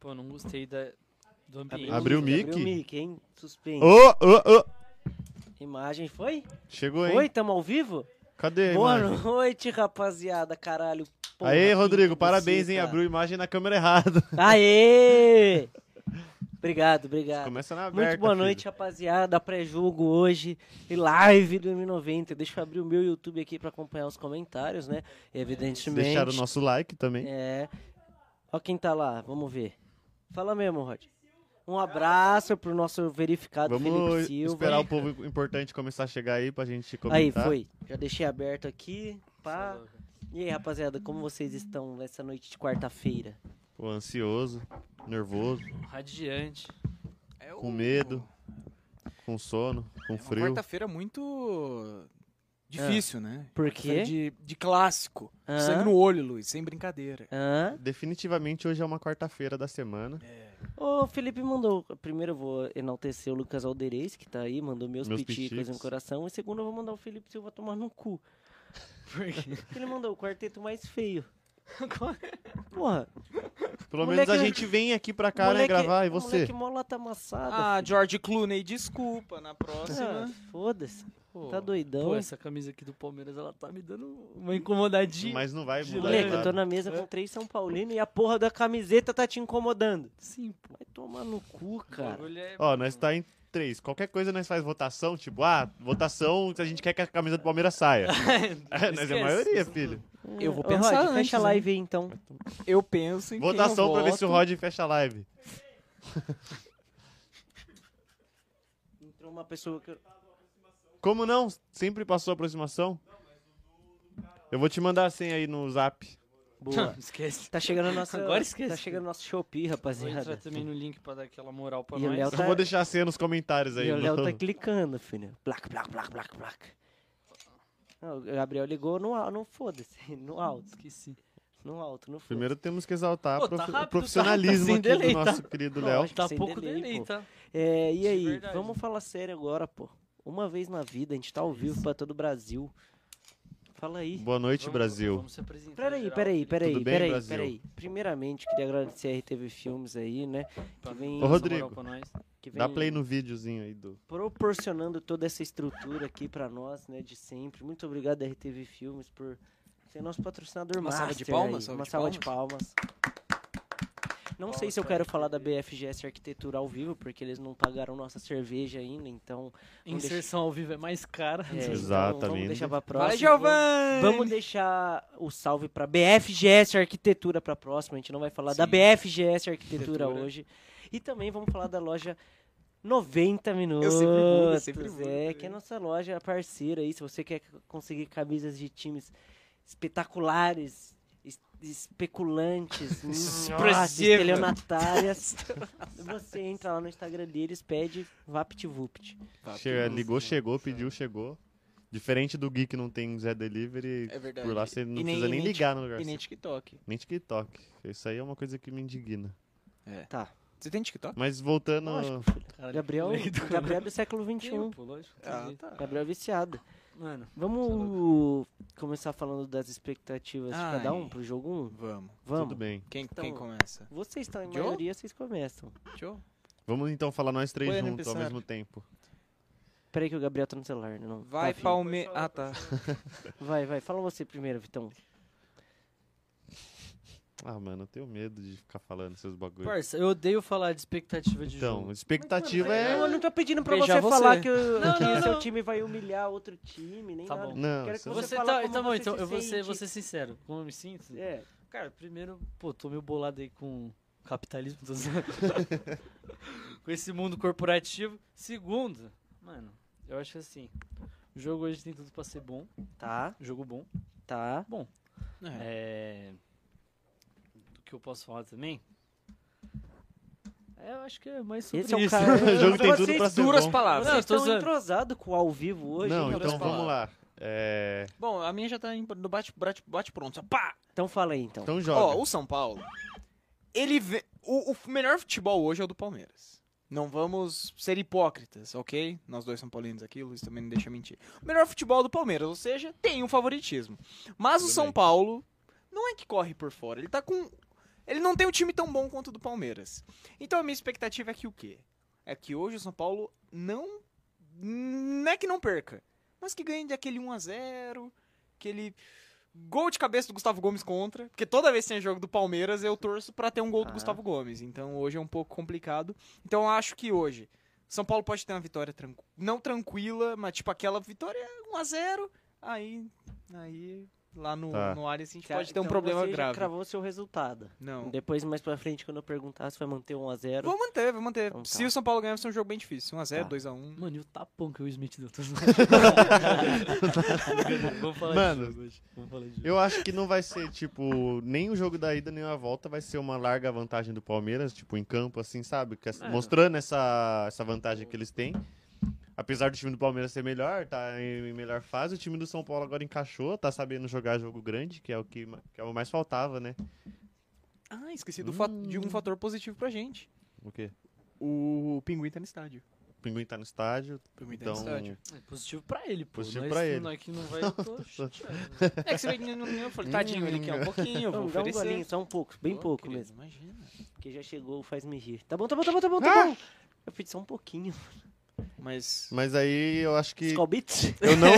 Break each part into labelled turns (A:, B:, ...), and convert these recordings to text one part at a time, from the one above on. A: Pô, não gostei da, do ambiente.
B: Abriu o mic?
C: Abriu o mic, hein? Suspense.
B: Ô, ô, ô!
C: Imagem foi?
B: Chegou,
C: Oi,
B: hein?
C: tamo ao vivo?
B: Cadê a
C: Boa
B: imagem?
C: noite, rapaziada, caralho. porra,
B: Aê, Rodrigo,
C: pinto,
B: parabéns, hein?
C: buceta.
B: Abriu a imagem na câmera errada.
C: Aê! Obrigado, obrigado.
B: Começa na aberta.
C: É. Muito boa
B: filho.
C: noite, rapaziada. Pré-jogo hoje e live do M90. Deixa eu abrir o meu YouTube aqui pra acompanhar os comentários, né? Evidentemente.
B: Deixaram o nosso like também.
C: É. Ó quem tá lá, vamos ver. Fala mesmo, Rod. Um abraço pro nosso verificado Felipe
B: Vamos
C: Silva.
B: esperar o povo importante começar a chegar aí pra gente comentar.
C: Aí, foi. Já deixei aberto aqui.
A: Tá
C: Pá. E aí, rapaziada, como vocês estão nessa noite de quarta-feira?
B: Pô, ansioso, nervoso,
A: Radiante.
D: É
B: com
D: o-
B: medo, com sono, com
D: É uma
B: frio.
D: quarta-feira muito difícil,
B: É.
D: né?
C: Por
D: Foi
C: quê?
D: de, de clássico.
C: Hã?
D: Sangue no olho, Luiz, sem brincadeira.
C: Hã?
B: Definitivamente hoje é uma quarta-feira da semana.
C: O Felipe mandou. Primeiro eu vou enaltecer o Lucas Alderez, que tá aí, mandou meus,
B: Meus
C: piticos
B: piticos.
C: no coração. E segundo, eu vou mandar o Felipe Silva tomar no cu. Porque ele mandou o quarteto mais feio. Porra,
B: Pelo
C: Moleque-
B: menos a gente vem aqui pra cá, né,
C: moleque-
B: gravar. E você?
C: Moleque mó lata amassada.
B: assim.
D: Ah, né?
C: filho.
D: George Clooney, desculpa, na
C: Ah,
D: próxima.
C: foda-se.
A: Pô,
C: Tá doidão.
A: Pô, essa camisa aqui do Palmeiras, ela tá me dando uma incomodadinha.
B: Mas não vai mudar
C: Moleque, eu
B: nada.
C: tô na mesa com três São Paulino e a porra da camiseta tá te incomodando.
A: Sim, pô.
C: Vai tomar no cu,
A: O
C: cara.
A: bagulho é-
B: Ó, nós tá em três. Qualquer coisa nós faz votação, tipo, ah, votação que a gente quer que a camisa do Palmeiras saia. é, nós é a
A: Esquece.
B: maioria, filho.
D: Eu
A: É,
D: vou
C: Ô,
D: pensar
C: Rod,
D: antes,
C: fecha a
D: né?
C: live aí, então.
D: Eu penso em quem
B: Votação
D: eu
B: pra ver se o
D: voto.
B: Rod fecha a live.
C: Entrou uma pessoa que... eu-
B: Como não? Sempre passou a aproximação? Eu vou te mandar a senha aí no zap.
C: Boa.
A: Esquece.
C: Tá chegando o nosso...
A: Agora esquece.
C: Tá chegando o nosso Shopee,
A: Vou entrar
C: rapaziada.
A: também no link pra dar aquela moral pra
C: E o
A: nós.
C: Léo
B: Eu
C: Tá.
B: vou deixar a senha nos comentários aí.
C: E o Léo
B: no-
C: tá clicando, filho. Plac, plac, plac, plac, plac. Ah, O Gabriel ligou no, al- no foda-se, no alto,
A: Esqueci.
C: no alto, no foda
B: Primeiro temos que exaltar
A: Pô,
B: prof-
A: tá rápido,
B: o
A: tá-
B: profissionalismo
A: tá sem
B: aqui
A: delay,
B: do
A: tá?
B: nosso querido
C: Não,
B: Léo.
C: acho que
A: Tá
C: sem
A: pouco
C: delay,
A: delay,
C: pô.
A: tá?
C: É, e
A: De
C: aí,
A: verdade.
C: vamos falar sério agora, pô. Uma vez na vida, a gente tá ao vivo pra todo o Brasil. Fala aí.
B: Boa noite,
A: Vamos-
B: Brasil.
A: Vamos se apresentar.
C: Peraí,
A: geral,
C: peraí,
A: Felipe.
C: peraí,
B: Tudo bem,
C: peraí,
B: Brasil?
C: peraí. Primeiramente, queria agradecer a RTV Filmes aí, né?
D: Tá.
C: Que vem,
B: Ô,
A: Essa
B: Rodrigo.
A: moral pra nós.
C: que vem
B: Dá play no videozinho aí do.
C: proporcionando toda essa estrutura aqui pra nós, né, de sempre. Muito obrigado, RTV Filmes, por ser nosso patrocinador
D: Uma salva de
C: master
D: palmas,
C: aí.
D: salva
C: Uma
D: de
C: salva de palmas. Não sei
A: Palmas
C: se eu
A: pra
C: quero
A: RTV.
C: falar da BFGS Arquitetura ao vivo, porque eles não pagaram nossa cerveja ainda, então... Vamos
A: Inserção ao vivo é mais cara.
C: É, então
B: Exatamente.
C: vamos deixar pra próxima.
D: Vai, Giovanni!
C: Vamos deixar o salve pra BFGS Arquitetura pra próxima. A gente não vai falar da
D: Sim.
C: BFGS Arquitetura
D: Arquitetura.
C: hoje. E também vamos falar da loja 90 minutos.
D: sempre mudo, eu sempre mudo né?
C: é,
D: também.
C: que é nossa loja parceira aí. Se você quer conseguir camisas de times espetaculares, es- especulantes, nossa,
D: Expressivas.
C: estelionatárias, você entra lá no Instagram deles, pede VaptVupt.
D: Tá,
B: Chega-
D: tudo.
B: ligou, chegou, pediu, chegou. Diferente do Gui que não tem Zé Delivery,
D: É verdade.
B: por lá você não
D: E nem-
B: precisa
D: e
B: nem
D: nem
B: ligar no lugar.
D: E nem
B: Nem...
D: TikTok.
B: nem TikTok. Isso aí é uma coisa que me indigna.
C: Tá.
D: Você tem TikTok?
B: Mas voltando.
C: Lógico,
A: Caralho,
C: Gabriel, tá
A: que lei do-
C: Gabriel é do século XXI.
A: Tempo, Tá lógico.
D: Ah,
A: entendi.
D: tá.
C: Gabriel é viciado.
A: Mano,
C: é Vamos começar falando das expectativas de
D: Ai.
C: cada um pro jogo 1?
D: Vamos.
C: Vamos.
B: Tudo bem.
D: Quem, quem
C: Então-
D: começa?
C: Vocês estão em
D: Joe?
C: maioria, vocês começam.
D: Joe?
B: Vamos então falar nós três
D: Podemos
B: juntos ao
D: pensar.
B: mesmo tempo.
C: Peraí que o Gabriel tá no celular, né? não.
D: Vai,
C: tá,
D: Palmeiras. Ah, tá.
C: filho. Vai, vai. Fala você primeiro, Vitão.
B: Ah, mano, eu tenho medo de ficar falando esses bagulhos.
A: parça, eu odeio falar de expectativa de
B: Então,
A: jogo.
B: expectativa
C: Não, eu
B: é.
C: não tô pedindo pra
D: Beijar
C: você,
D: você.
C: falar que, o,
A: Não,
C: que
A: não,
C: seu
A: não.
C: time vai humilhar outro time, nem
A: Tá
C: nada.
A: bom.
B: Não,
C: Quero que
B: você-
A: Você
C: fala
A: tá,
C: como
A: tá bom,
C: você
A: então
C: se
A: eu vou ser,
C: sente.
A: vou ser sincero. Como eu me sinto?
C: É.
A: Cara, primeiro, pô, tô meio bolado aí com o capitalismo dos com esse mundo corporativo. Segundo, mano, eu acho assim, o jogo hoje tem tudo pra ser bom,
C: Tá,
A: jogo bom.
C: tá.
D: É.
A: É... Do que eu posso falar também? É, eu acho que é mais sobre
C: Esse é o
A: isso.
C: cara.
B: O jogo tem
C: Vocês
B: tudo pra ser
D: Duras
B: bom.
D: palavras.
A: Não, eu
C: Vocês
A: tô
C: estão
A: zoando.
C: entrosados com o ao vivo hoje,
B: Não,
C: hein,
B: então
C: rapaziada?
B: vamos lá. É...
D: Bom, a minha já tá em- no bate, bate, bate pronto. Só pá!
C: Então fala aí, então.
B: Então
D: Ó,
B: joga.
D: o São Paulo, ele vê, o, o melhor futebol hoje é o do Palmeiras. Não vamos ser hipócritas, ok? Nós dois são paulinos aqui, o Luiz também não deixa mentir. O melhor futebol é o do Palmeiras, ou seja, tem um favoritismo. Mas o
B: Tudo
D: São
B: bem.
D: Paulo não é que corre por fora, ele tá com... Ele não tem um time tão bom quanto o do Palmeiras. Então a minha expectativa é que o quê? É que hoje o São Paulo não. Não é que não perca, mas que ganhe um daquele 1x0, aquele gol de cabeça do Gustavo Gomes contra. Porque toda vez que tem jogo do Palmeiras, eu torço pra ter um gol do
C: Ah.
D: Gustavo Gomes. Então hoje é um pouco complicado. Então eu acho que hoje São Paulo pode ter uma vitória tranqu... não tranquila, mas tipo aquela vitória 1x0, aí. Aí lá no,
B: Tá.
D: no área assim, a gente
C: Tá,
D: pode ter um
C: então
D: problema
C: você já
D: grave.
C: cravou seu resultado.
D: Não.
C: Depois, mais pra frente, quando eu perguntar se vai manter 1x0.
D: Vou manter, vou manter.
C: Então tá.
D: Se o São Paulo ganhar, vai ser um jogo bem difícil. 1x0,
C: Tá.
D: 2x1.
A: Mano, e o tapão que o Smith deu? Tô zoando. Vamos falar
B: Mano,
A: de jogo hoje. Vamos falar de jogo.
B: Eu acho que não vai ser, tipo, nem o jogo da ida, nem a volta, vai ser uma larga vantagem do Palmeiras, tipo, em campo, assim, sabe? Que essa-
A: É.
B: Mostrando essa, essa vantagem que eles têm. Apesar do time do Palmeiras ser melhor, tá em melhor fase, o time do São Paulo agora encaixou, tá sabendo jogar jogo grande, que é o que, ma- que é o mais faltava, né?
D: Ah, esqueci do fa- de um fator positivo pra gente.
B: O quê?
D: O Pinguim tá no estádio.
B: O Pinguim tá no estádio,
D: O Pinguim tá
B: então...
D: no estádio.
A: É positivo pra ele, pô.
B: Positivo
A: nós,
B: pra ele.
A: Nós que não vai, eu tô chateado. né?
D: É que você vê que não- não- eu falei, tadinho, ele quer um pouquinho, eu vou
C: Não, dá um
D: oferecer.
C: golinho, só um pouco, bem
D: Ô,
C: pouco
D: querido,
C: mesmo.
D: Imagina.
C: Porque já chegou, faz-me rir. Tá bom, tá bom, tá bom, tá bom,
D: Ah!
C: tá bom. Eu pedi só um pouquinho.
D: Mas.
B: Mas aí eu acho que...
C: Skull Beats?
B: Eu não,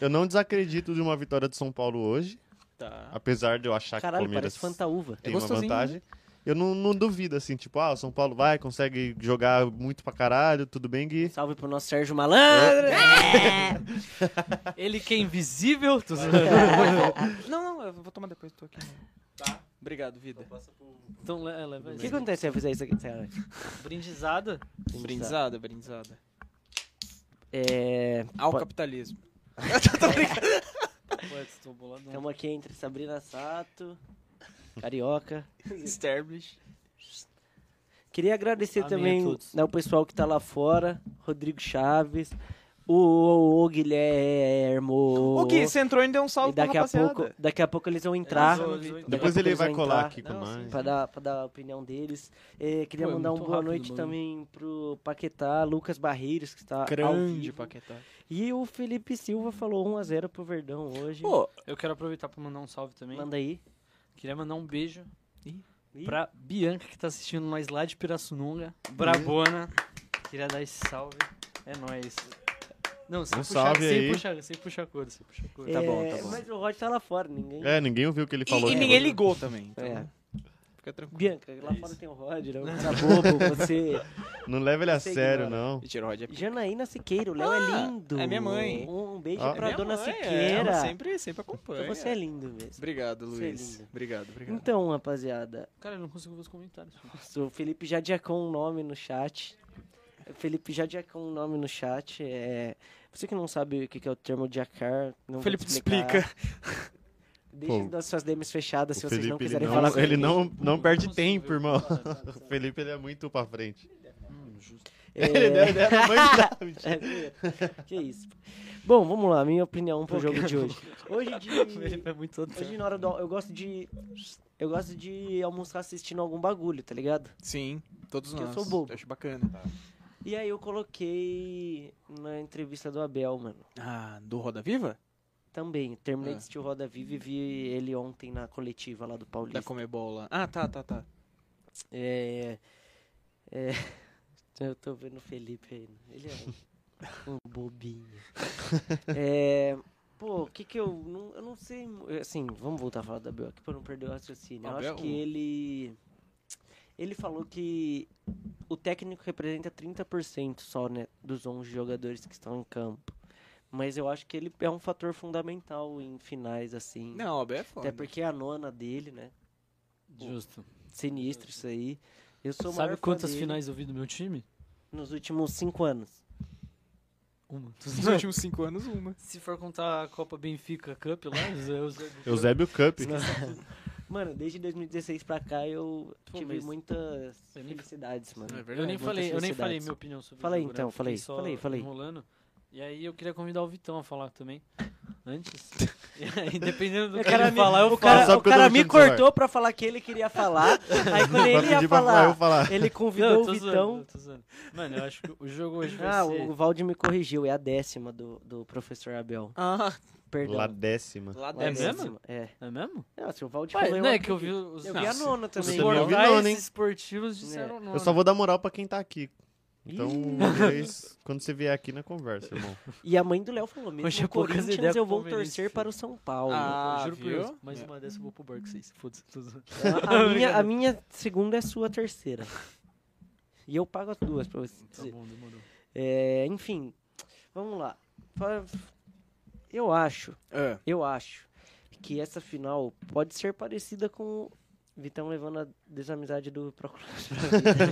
B: eu não desacredito de uma vitória do São Paulo hoje,
D: Tá.
B: apesar de eu achar que o
C: Ah. Caralho,
B: Palmeiras...
C: parece fantaúva.
B: tem
D: É
B: uma
D: gostosinho, né?
B: vantagem. Eu não, não duvido, assim, tipo, ah, o São Paulo vai, consegue jogar muito pra caralho, tudo bem, Gui?
C: Salve pro nosso Sérgio Malandro.
D: É.
A: Ele que é invisível. Tô zoando.
D: Não, não, eu vou tomar depois, tô aqui. Tá. Obrigado, vida.
A: Então, é, leva
C: O
A: isso.
C: que acontece se eu fizer isso aqui? Sarah?
A: Brindizada.
D: Brindizada, brindizada.
C: É,
D: Ao
C: Pode-
D: capitalismo.
A: Pô, é, estou boladão.
C: estamos aqui entre Sabrina Sato, Carioca.
D: Establish.
C: Queria agradecer
A: Amém a
C: também
A: todos.
C: né, o pessoal que tá lá fora, Rodrigo Chaves, o, o, o Guilhermo.
D: O Gui, você entrou e deu um
C: e
D: salve pra
C: daqui a,
D: rapaziada.
C: pouco, daqui a pouco eles vão entrar.
A: Eles vão-
C: Daqui a
B: Depois
C: pouco
B: ele
C: eles
B: vai
C: vão
B: colar
C: entrar.
B: aqui com
D: Não,
B: nós.
C: Pra dar, pra dar a opinião deles. Eh, queria
A: Pô, é
C: mandar uma
A: muito
C: boa
A: rápido,
C: noite
A: mano.
C: também pro Paquetá, Lucas Barreiros, que está ao
D: Grande
C: vivo.
D: Paquetá.
C: E o Felipe Silva falou 1x0 pro Verdão hoje.
D: Pô,
A: Então, Eu quero aproveitar pra mandar um salve também.
C: Manda aí.
A: Queria mandar um beijo
C: Ih,
A: pra Bianca, que tá assistindo nós lá de Pirassununga.
B: Uhum.
A: Brabona. Queria dar esse salve. É nóis. Não, sem,
B: Um
A: puxar,
B: salve
A: sem
B: aí.
A: puxar, sem puxar cor, sem puxar cor.
C: é,
D: bom, tá bom.
C: Mas o Rod tá lá fora, ninguém.
B: É, ninguém ouviu o que ele
D: e-
B: falou.
D: e,
B: aqui.
D: ninguém ligou também. Então,
C: É.
D: Fica tranquilo.
C: Bianca, lá fora tem o Rod, né? O cara bobo, você.
B: Não leva ele a
C: Você
B: sério,
C: ignora.
B: não.
D: Mentira, o Rod é
C: Janaína Siqueira, o Léo
D: Ah,
C: é lindo.
D: é minha mãe.
C: Um, um beijo
B: Ah. É
C: pra
D: minha
C: dona
D: mãe,
C: Siqueira.
D: ela sempre, sempre acompanha.
C: Você é lindo mesmo.
D: Obrigado,
C: Você é
D: Luiz.
C: lindo.
D: obrigado, obrigado.
C: Então, rapaziada,
A: Cara, eu não consigo ver os comentários. mano.
C: o Felipe Jadiacão um nome no chat. Felipe Jadiacão um nome no chat. É... Você que não sabe o que que é o termo Jacar, não vou te
D: Felipe,
C: explicar.
D: explica.
C: Deixem
B: Pô,
C: das suas DMs fechadas
B: O
C: se vocês não
B: Felipe,
C: quiserem
B: ele,
C: falar
B: não,
C: com
B: ele
C: ele.
B: não, não perde
A: consigo
B: tempo,
A: ver.
B: irmão. O Felipe, ele é muito pra frente.
A: Hum, justo.
C: É...
B: Ele deu a ideia da mãe dela.
C: que isso. Bom, vamos lá, minha opinião pro
A: Pô,
C: jogo
A: que-
C: de hoje. Hoje de...
A: Ele é muito
C: Hoje
A: otário.
C: na hora do... al- Eu gosto de... Eu gosto de almoçar assistindo algum bagulho, tá ligado?
D: Sim, todos
C: Porque eu
D: nós.
C: sou bobo.
D: acho bacana.
C: E aí eu coloquei na entrevista do Abel, mano.
D: Ah, do Roda Viva?
C: Também. Terminei
D: Ah.
C: de assistir o Roda Viva e vi ele ontem na coletiva lá do
D: Da
C: Paulista.
D: Comebol lá. Ah, tá, tá, tá.
C: É... É... Eu tô vendo o Felipe aí. né? Ele é um, um bobinho. É... Pô, o que que eu... Não, eu não sei... mu- Assim, vamos voltar a falar do Abel aqui pra não perder o raciocínio. Eu
D: Abel?
C: acho que ele... Ele falou que o técnico representa 30% só, né? Dos 11 jogadores que estão em campo. Mas eu acho que ele é um fator fundamental em finais, assim.
D: Não, o é foda.
C: Até porque é a nona dele, né?
A: Justo.
C: Sinistro isso aí. Eu sou o maior
A: Sabe
C: fã
A: quantas
C: dele
A: finais eu vi do meu time?
C: nos últimos cinco anos.
A: Uma. Tô
D: Nos
A: zoando.
D: últimos cinco anos, uma.
A: Se for contar a Copa Benfica Cup lá, eu
B: Eusébio Cup.
C: Mano, desde 2016 pra cá eu
A: Pô,
C: tive
A: mas-
C: muitas
A: Eu nem-
C: felicidades, mano.
D: É verdade.
A: Eu nem
C: muitas
A: falei, eu nem
C: felicidades.
A: falei minha opinião sobre
C: Fala aí,
A: o jogo, né?
C: então,
A: Eu
C: fala aí,
A: fiquei só
C: fala aí, fala aí.
A: enrolando. E aí eu queria convidar o Vitão a falar também. Antes. E aí, dependendo do
C: O
A: que
C: cara,
A: ele
C: me,
A: falar, eu
C: o
A: falo.
B: Só
C: cara, o
B: porque eu tô
C: cara me
B: mexendo no celular.
C: cortou pra falar que ele queria falar. Aí quando ele ia
B: pedir pra falar, eu
C: falar,
B: falar.
C: ele
A: Não, eu
C: convidou
A: tô
C: o
A: zoando, eu
C: Vitão.
A: tô zoando. Mano, eu acho que o jogo hoje vai
C: Ah,
A: ser.
C: o Valde me corrigiu, é a décima do, do professor Abel.
D: Ah,
C: perdão.
B: Lá décima.
C: Lá
A: É mesmo?
C: décima, É.
A: É mesmo?
C: Não, assim, o Valdir
A: Ué,
C: falou,
A: não é
C: eu
A: que eu vi
C: acredito.
A: os...
C: Eu
A: não,
C: vi a
A: os
C: nona também. É.
B: também ouviu
A: portais
B: nona, hein?
A: esportivos disseram nona.
B: Eu só vou dar moral pra quem tá aqui. Então, vocês- quando você vier aqui na conversa, irmão.
C: E a mãe do Léo falou, mesmo
A: Hoje é
C: no
A: poucas ideias
C: Corinthians
A: pro
C: eu vou
A: Palmeirense,
C: torcer
A: filho.
C: para o São Paulo.
D: Ah,
A: Eu juro por
D: viu?
A: Deus. Mais
D: É.
A: uma dessa eu vou pro Berkseys. Foda-se tudo.
C: A, a minha, a minha segunda é sua terceira. E eu pago as duas pra você
A: Tá
C: dizer.
A: bom, demorou.
C: É, enfim, vamos lá. Fa- Eu acho,
D: Ah,
C: eu acho que essa final pode ser parecida com o Vitão levando a desamizade do Procurador.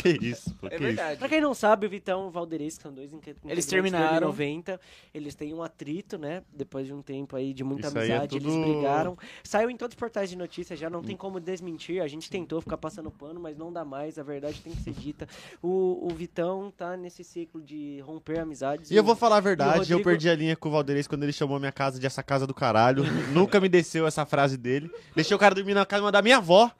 B: que isso, pô, que
D: é
B: isso.
D: verdade.
C: Pra quem não sabe, o Vitão e o Valdeirês são dois inque- integrantes da Ordem
D: terminaram.
C: 90, eles têm um atrito, né? Depois de um tempo aí de muita
B: Isso aí é
C: amizade,
B: tudo- Hum.
C: eles brigaram. Saiu em todos os portais de notícias, já não tem como desmentir. A gente tentou ficar passando pano, mas não dá mais. A verdade tem que ser dita. O, o Vitão tá nesse ciclo de romper amizades.
B: E eu
C: O-
B: vou falar a verdade, eu
C: Rodrigo-
B: perdi a linha com o Valdeirês quando ele chamou minha casa de essa casa do caralho. Nunca me desceu essa frase dele. Deixei o cara dormir na casa da minha avó.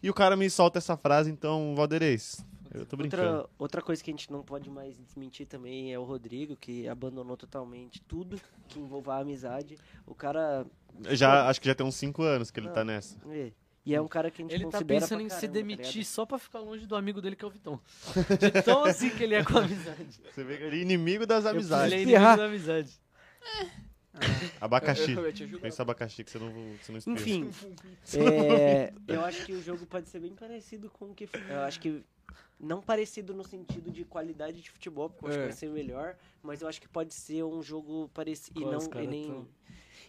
B: E o cara me solta essa frase, então, Valdeirês, eu tô brincando.
C: Outra, outra coisa que a gente não pode mais desmentir também é o Rodrigo, que abandonou totalmente tudo que envolva a amizade. O cara.
B: Já, acho que já tem uns 5 anos que ele
C: Não.
B: tá nessa.
C: é, E é um cara que a gente
A: Ele tá
C: considera
A: pensando
C: pra
A: em se
C: caramba, tá ligado?
A: demitir só pra ficar longe do amigo dele que é o Vitão. De tão assim que ele é com a amizade.
B: Você vê que ele é inimigo das amizades.
A: Ele é
C: Espirrar.
A: inimigo da amizade.
B: Abacaxi.
D: Eu- eu ia te ajudar.
B: Pensa abacaxi que você não, você não espirra.
C: Enfim, é, eu acho que o jogo pode ser bem parecido com o que. foi- Eu acho que. Não parecido no sentido de qualidade de futebol, porque eu acho
D: É.
C: que vai ser melhor, mas eu acho que pode ser um jogo parecido. E,
A: Agora os
C: não- e
A: caras
C: nem.
A: tão-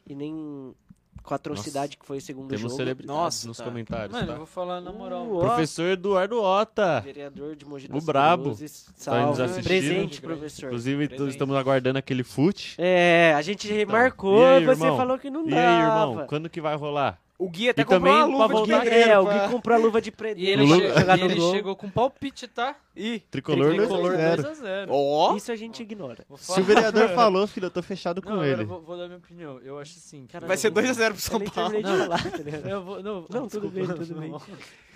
C: E nem. Com a atrocidade que foi o segundo
B: Temos
C: jogo.
B: celebridades
D: Nossa,
B: nos
D: tá.
B: comentários,
A: Mano, eu
B: tá?
A: vou falar na moral.
C: Uh, ó.
B: Professor Eduardo Ota.
C: Vereador de Mogi
B: O
C: das
B: brabo.
C: Cruzes,
B: aí nos
C: salve.
B: assistindo.
C: Presente, professor.
B: Inclusive,
D: Presente.
B: estamos aguardando aquele fute.
C: É, a gente remarcou,
B: Então, E aí,
C: você
B: irmão?
C: falou que não
B: E
C: dava.
B: aí, irmão, quando que vai rolar?
D: O Gui até
B: E
D: comprou uma
B: também, pra
D: luva de né?
B: voltar-
D: pedreiro.
C: É, o Gui
D: pra-
C: comprou a luva de preto.
A: E ele,
B: Lu-
A: che-
C: jogar
A: e
C: no
A: ele
C: gol.
A: chegou com palpite, tá?
D: Ih,
B: Tricolor,
A: Tricolor
B: 2
A: 2 a 0.
D: ó.
C: Isso a gente ignora.
A: Vou falar-
B: é Se o vereador falou, filho, eu tô fechado
A: Não,
B: com
A: agora
B: ele.
A: eu vou, vou dar minha opinião. Eu acho assim. que-
C: Cara,
D: Vai ser
C: dois-
D: 2x0 pro São
C: eu nem
D: Paulo.
C: terminei de falar, tá ligado?
A: Eu vou, não,
C: Não,
A: ah,
C: tudo
A: desculpa,
C: bem, tudo
A: não.
C: bem.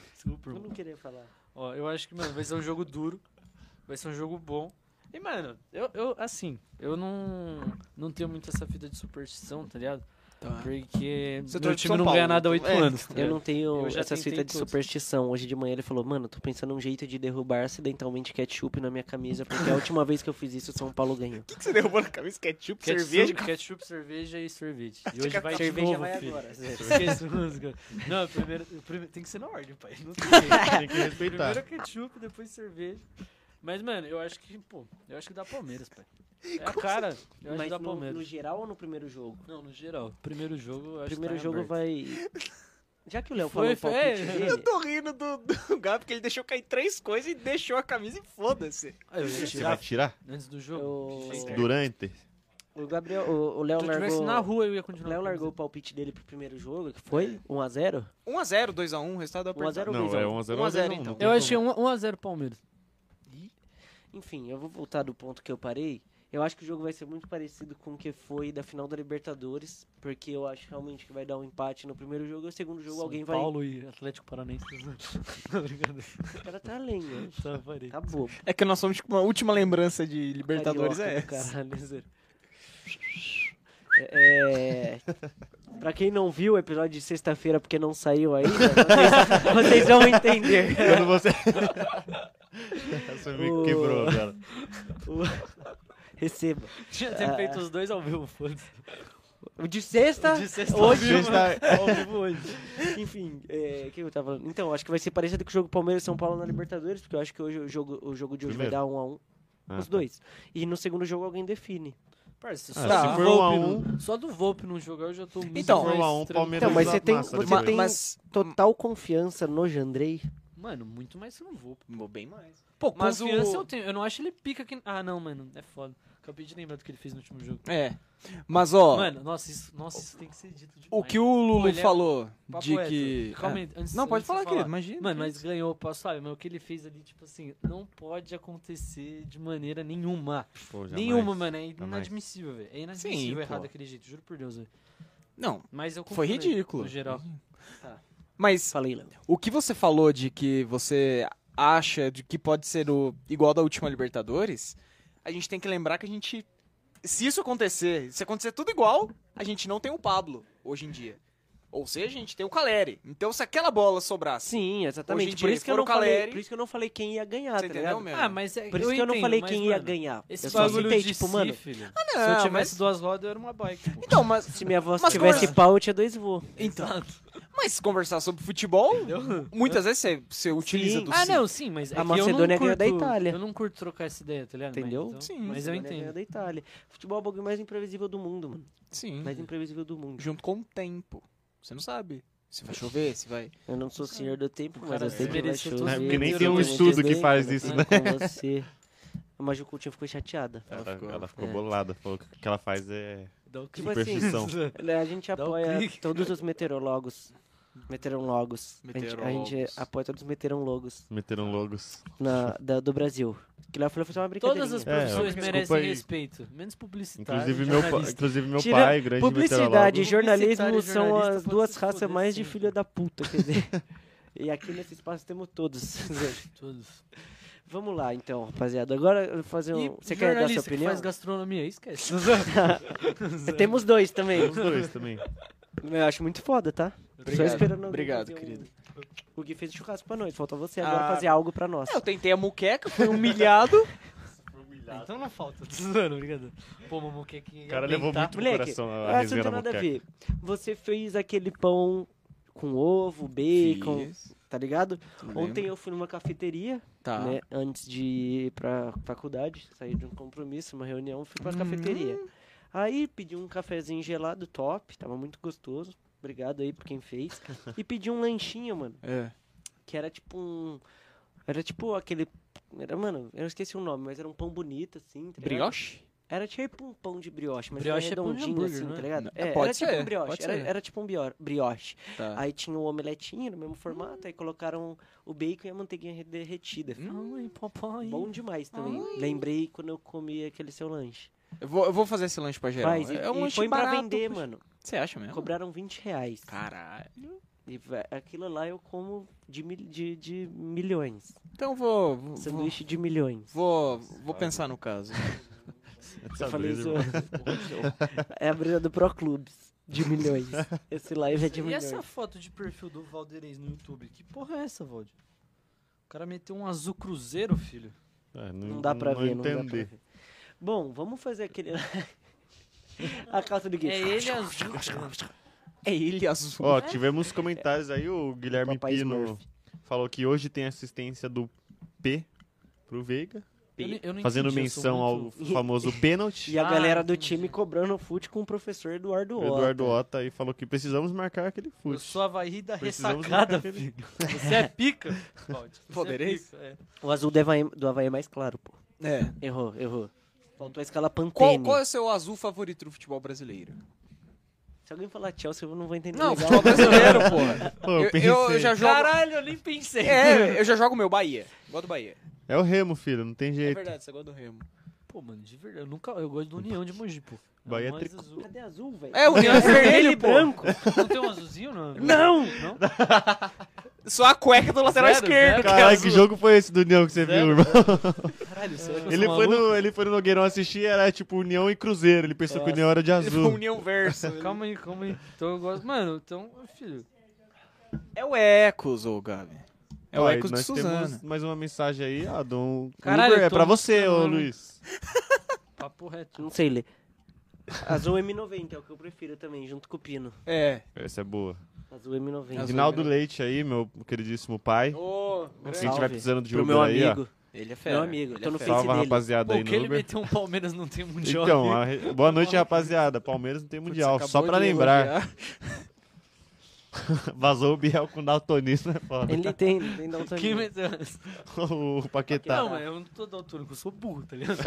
A: Desculpa,
C: Eu
A: irmão.
C: não queria falar.
A: Ó, eu acho que, mano, vai ser um jogo duro. Vai ser um jogo bom. E, mano, eu, eu assim, eu não, não tenho muito essa fita de superstição, tá ligado? Porque
D: Você
A: meu
D: torce pro
A: time
D: São
A: não
D: Paulo,
A: ganha nada há oito
D: então, é.
A: anos. tá
C: Eu
A: ligado?
C: não tenho
A: Eu já
C: essas
A: tentei
C: fitas de
A: todos.
C: superstição. Hoje de manhã ele falou, mano, tô pensando um jeito de derrubar acidentalmente ketchup na minha camisa, porque a última vez que eu fiz isso, o São Paulo ganhou.
D: O que, que você derrubou na cabeça? Ketchup,
A: Ketchup,
D: cerveja?
A: ketchup, cerveja e sorvete. E hoje vai de
C: Cerveja
A: novo,
C: vai
A: filho.
C: agora. Zé.
A: Esqueça os caras. Não, primeiro, primeiro- Tem que ser na ordem, pai. Não tem
B: Tem que respeitar.
A: Primeiro é ketchup, depois cerveja. Mas, mano, eu acho que, pô, eu acho que dá Palmeiras, pai. É a cara, eu acho que
C: Mas
A: dá
C: no, no
A: Palmeiras.
C: geral ou no primeiro jogo?
A: Não, no geral. Primeiro jogo, eu acho
C: primeiro
A: que tá em
C: jogo
A: aberto.
C: vai. Já que o Léo falou
A: Foi,
C: o palpite
A: foi, é.
D: Eu
C: dele,
D: tô rindo do, do Gá, porque ele deixou cair três coisas e deixou a camisa e foda-se.
A: Ah, eu ia
B: Você vai
A: tirar
B: tirar?
A: antes do jogo.
C: Eu-
A: Que jeito.
B: Durante?
C: o Gabriel, o, o Léo
A: Se eu tivesse
C: largou.
A: na rua, É. eu ia
C: O
A: continuar.
C: Léo
A: com
C: largou o palpite dele pro primeiro jogo, que foi 1x0?
D: 1x0, 2x1, o resultado da
C: 1x0 ou
B: Não, é
C: 2x1?
B: 1x0.
D: 1x0, então.
A: isso. Eu achei 1x0 Palmeiras.
C: Enfim, eu vou voltar do ponto que eu parei. Eu acho que o jogo vai ser muito parecido com o que foi da final da Libertadores, porque eu acho realmente que vai dar um empate no primeiro jogo e o segundo jogo
A: São
C: alguém
A: Paulo e Atlético Paranaense. Não, brincadeira.
C: vai. O cara tá além, né?
A: Só parei.
C: Tá bobo.
D: É que nós somos com uma última lembrança de Libertadores
C: Carioca do
D: é essa.
C: caralho, zero. É, é, pra quem não viu o episódio de sexta-feira porque não saiu ainda, vocês, vocês vão entender.
B: Quando você. Essa me
C: O-
B: quebrou agora.
C: Receba.
A: Tinha ter feito os dois ao vivo, foda-se.
C: O de sexta,
A: De sexta
C: hoje,
A: ao vivo,
B: Sexta-
A: ao vivo hoje.
C: enfim, é, o que eu tava falando? Então, acho que vai ser parecido com o jogo Palmeiras e São Paulo na Libertadores, porque eu acho que hoje o jogo, o jogo de hoje
B: Primeiro.
C: vai dar um a um,
B: Ah,
C: os
B: tá.
C: dois. E no segundo jogo alguém define.
A: Parça,
B: Ah,
A: só, do
D: Tá.
B: se for
A: Volpe
B: 1 a
A: não-
B: 1
A: só do Volpe não jogar, eu já tô muito
D: Então,
A: mais
B: um a um,
A: tranquilo.
B: Palmeiras
C: Então, mas você tem,
B: massa
C: você
B: depois.
C: tem
D: Mas.
C: total confiança no Jandrei?
A: Mano, muito mais que no Volpe.
D: Bem mais.
A: Pô, é
D: Mas
A: confiança
D: o-
A: eu tenho. Eu não acho ele pica que... Ah, não, mano, é foda. Acabei de lembrar do que ele fez no último jogo.
D: É. Mas, ó,
A: Mano, nossa, isso, nossa, isso tem que ser dito demais.
D: o que o Lulu
A: Olha,
D: falou
A: um papo
D: de
A: reto.
D: que.
A: Calma aí,
D: Ah,
A: antes-
D: Não, pode
A: antes de você
D: falar, querido,
A: falar.
D: imagina.
A: Mano, mas ganhou, pô, sabe? Mas o que ele fez ali, tipo assim, não pode acontecer de maneira nenhuma.
B: Pô, jamais.
A: Nenhuma, mano. É
B: Jamais.
A: inadmissível, velho. É inadmissível
D: pô.
A: errar daquele jeito, juro por Deus, velho.
D: Não,
A: Mas eu
D: foi
A: concordo,
D: ridículo.
A: No geral.
C: Uhum.
D: Mas
C: Falei, Léo.
D: O que você falou de que você acha de que pode ser o igual da última Libertadores, a gente tem que lembrar que a gente se isso acontecer, se acontecer tudo igual, a gente não tem o Pablo hoje em dia. Ou seja, a gente tem o Caleri. Então, se aquela bola sobrasse.
C: Sim,
D: Hoje
C: exatamente.
D: em
C: Por
D: dia,
C: isso, que eu
D: foram
C: não falei,
D: Caleri.
C: por isso que eu não falei quem ia ganhar,
D: Você
C: tá
D: entendeu,
C: ligado?
D: meu?
A: Ah, mas é,
C: Por isso que eu não
A: entendo,
C: falei
A: mas,
C: quem ia
A: mano,
C: ganhar.
A: Esse
C: eu só
A: bagulho
C: citei,
A: de
C: tipo,
A: si,
C: mano,
A: filho.
D: não,
A: se eu tivesse
D: mas-
A: duas rodas, eu era uma bike, pô.
D: Então, Ah, mas.
C: se minha voz
D: Mas
C: tivesse
D: conversa-
C: pau, eu tinha dois vô.
D: Então, mas conversar sobre futebol, muitas vezes você, você utiliza
C: Sim.
D: do
A: Ah,
D: si.
A: não, sim, mas é
C: A
A: que eu não
C: Macedônia ganhou da
A: curto-
C: Itália.
A: Eu não curto trocar essa ideia, tá ligado? Mas,
C: Entendeu?
A: então,
D: Sim.
A: mas eu
C: Macedônia ganhou
A: entendo.
C: da Itália. Futebol é o bagulho mais imprevisível do mundo, mano.
D: Sim.
C: Mais imprevisível do mundo.
D: Junto com o tempo. Você não sabe. Se vai chover, se vai.
C: Eu não sou senhor do tempo, mas
A: cara
C: eu sei que vai
A: desmereceu todos
C: chover.
A: os
B: É, porque nem
C: eu
B: tem um
C: não
B: estudo
C: sei
B: que faz
C: nada
B: isso, né?
C: com você. A Maju Coutinho ficou chateada.
B: Ela, ela ficou,
C: é.
B: bolada, falou que o que ela faz é
A: Dá o
C: Tipo
A: clique.
C: assim,
B: superstição.
C: né, a gente
A: Dá um
C: apoia
A: clique.
C: todos os meteorólogos. Meteorólogos. A gente- A, gente,
D: Meteorólogos.
C: apoia todos os meteorólogos
B: Meteram um logos.
C: na, da- do Brasil. Que lá foi fazer uma brincadeira.
A: Todas as
B: É, eu-
A: profissões
B: desculpa
A: merecem
B: aí.
A: respeito, menos publicitário.
B: Inclusive meu, pa-
A: jornalista.
B: inclusive meu
C: Tira-
B: pai, grande
C: Publicidade
A: Publicitário
C: e
B: meteorólogo.
C: jornalismo
A: e
C: são
A: jornalista
C: as
A: pode
C: duas
A: se
C: raças
A: foder
C: mais de
A: sempre.
C: filha da puta, quer dizer. e aqui nesse espaço temos todos.
A: Todos.
C: Vamos lá, então, rapaziada. Agora eu vou fazer um.
A: E
C: Você quer dar sua
A: jornalista que
C: opinião?
A: faz gastronomia, esquece.
C: Temos dois também.
B: Os dois também.
C: Eu acho muito foda, tá?
D: Obrigado.
C: Só esperando alguém
D: Obrigado,
C: fazer um-
D: querido.
C: O Gui fez churrasco pra noite, falta você agora
D: Ah,
C: fazer algo pra nós.
A: É,
D: Eu tentei a muqueca, fui humilhado.
A: Então não falta. Tô zoando, obrigado. Pô, mamuque aqui.
B: O cara levou muito no
C: Moleque,
B: coração a
C: Ah, isso não
B: resenha da
C: tem nada a
B: moqueca.
C: ver. Você fez aquele pão com ovo, bacon, tá ligado? Ontem eu fui numa cafeteria,
B: Ah.
D: Tá.
C: né? Antes de ir pra faculdade, saí de um compromisso, uma reunião, fui pra
B: Hum.
C: cafeteria. Aí pedi um cafezinho gelado top, tava muito gostoso. Obrigado aí por quem fez. E pedi um lanchinho, mano.
D: É.
C: que era tipo um. Era tipo aquele. Era, mano, eu esqueci o nome, mas era um pão bonito, assim. Tá ligado?
D: Brioche?
C: Era tipo um pão de brioche, mas
A: Brioche
C: era
A: é pão de
C: redondinho,
A: hambúrguer,
C: assim,
A: né?
C: tá ligado?
D: É, pode
C: era tipo
D: ser,
C: um brioche.
D: pode
C: Era,
D: ser.
C: era tipo um bior- brioche.
D: Tá. Hum.
C: Aí tinha o omeletinho no mesmo formato, aí colocaram o bacon e a manteiguinha re- derretida.
A: Ai, papai.
C: Bom demais também. Lembrei quando eu comi aquele seu lanche.
D: Eu vou, eu vou fazer esse lanche pra geral.
C: Mas e,
D: é um
C: e
D: lanche
C: foi pra
D: barato. É um
C: vender, mano.
D: Você acha mesmo?
C: Cobraram 20 reais.
D: Caralho.
C: E vé- aquilo lá eu como de, mil- de, de milhões.
D: Então eu vou. vou-
C: Sanduíche de milhões.
D: Vou, vou pensar no caso.
B: Essa
C: Eu falei
B: brisa,
C: isso.
B: irmão.
C: é a briga do Proclubes. De milhões. Esse live é de
A: E
C: milhões.
A: essa foto de perfil do Valderez no YouTube? Que porra é essa, Valdir? O cara meteu um azul cruzeiro, filho.
B: É,
C: Não dá pra ver, não dá pra
B: entender.
C: ver. Bom, vamos fazer aquele. a calça do Gui.
A: É ele azul.
D: É ele azul.
B: Ó, tivemos comentários aí, o Guilherme
C: Papai
B: Pino
C: Smurf.
B: falou que hoje tem assistência do P pro Veiga,
A: Eu não- eu não
B: fazendo
A: entendi, eu sou
B: menção ao
A: muito-
B: famoso pênalti.
C: E a
A: Ah,
C: galera do
A: entendi.
C: time cobrando o fute com o professor Eduardo Otto.
B: Eduardo Ota aí falou que precisamos marcar aquele
A: Eu
B: fute.
A: sou Havaí da
B: Precisamos
A: ressacada,
B: marcar aquele-
A: filho. Você é pica, Valdir. Você é
D: Podereis?
A: pica, é.
C: O azul do Havaí, do Havaí é mais claro, pô.
D: É.
C: Errou, errou. Faltou a escala Pantene.
D: Qual, qual é o seu azul favorito do futebol brasileiro?
C: Se alguém falar Chelsea, eu não vou entender.
D: Não,
C: legal.
D: futebol brasileiro, porra.
B: Pô,
D: Eu, eu- eu já jogo.
A: Caralho, eu nem pensei.
D: É, eu já jogo meu Bahia. Gosto do Bahia.
B: É o Remo, filho, não tem
D: É
B: jeito.
D: verdade, você gosta do Remo.
A: Pô, mano, de verdade, eu nunca. Eu gosto do União de Mogi, pô. É o
B: Bahia
A: mais
B: tricô.
A: azul.
C: Cadê azul, velho?
D: É, o União é vermelho
C: vermelho
D: e
C: e
D: branco.
C: branco.
A: Não tem um azulzinho, não?
C: Não!
A: Não?
D: Só a cueca do lateral
A: Zero,
D: esquerdo,
A: zero.
D: que é
B: Caralho,
D: azul.
B: que jogo foi esse do União que você
A: Zero.
B: viu, irmão?
A: Caralho, será que eu
B: Ele
A: sou
B: foi,
A: maluco?
B: no, ele foi no Nogueirão assistir, era tipo União e Cruzeiro. Ele pensou que o União era de azul.
D: União Verso.
A: Calma aí, calma aí. Então eu gosto. Mano, então, filho.
D: É o Ecos, ô Gabi. É o
B: Ó, e
D: Ecos de
B: nós
D: Suzana.
B: temos mais uma mensagem aí, ó, do um
A: Caralho,
B: Uber.
A: eu
B: É
A: tô
B: pra você, ô
A: buscando.
B: Luiz.
A: Papo reto.
C: Não sei ler. Azul M90 é o que eu prefiro também, junto com o Pino.
D: É.
B: Essa é boa.
C: Azul M90.
D: Azul.
B: Rinaldo Leite aí, meu queridíssimo pai. Se a
D: Ô,
C: grande.
B: gente vai
C: Salve.
B: precisando de
C: Pro
B: Uber
C: meu
B: aí, ó.
C: amigo.
D: Ele é fera.
C: fera. Meu amigo,
D: ele
C: Ele tô é
D: é
C: no fera.
B: Salva a
C: dele.
B: rapaziada
A: Pô,
B: aí
A: que
B: no
A: ele
B: Uber.
A: meteu um Palmeiras não tem mundial.
B: Então,
A: né?
B: a re- boa noite, rapaziada. Palmeiras não tem mundial. Só pra lembrar, vazou o Biel com daltonismo, é foda.
C: Ele tem, ele tem Dalton.
A: Quem meteu?
B: o Paquetá.
A: É. Não, mas eu não tô daltônico, eu sou burro, tá ligado?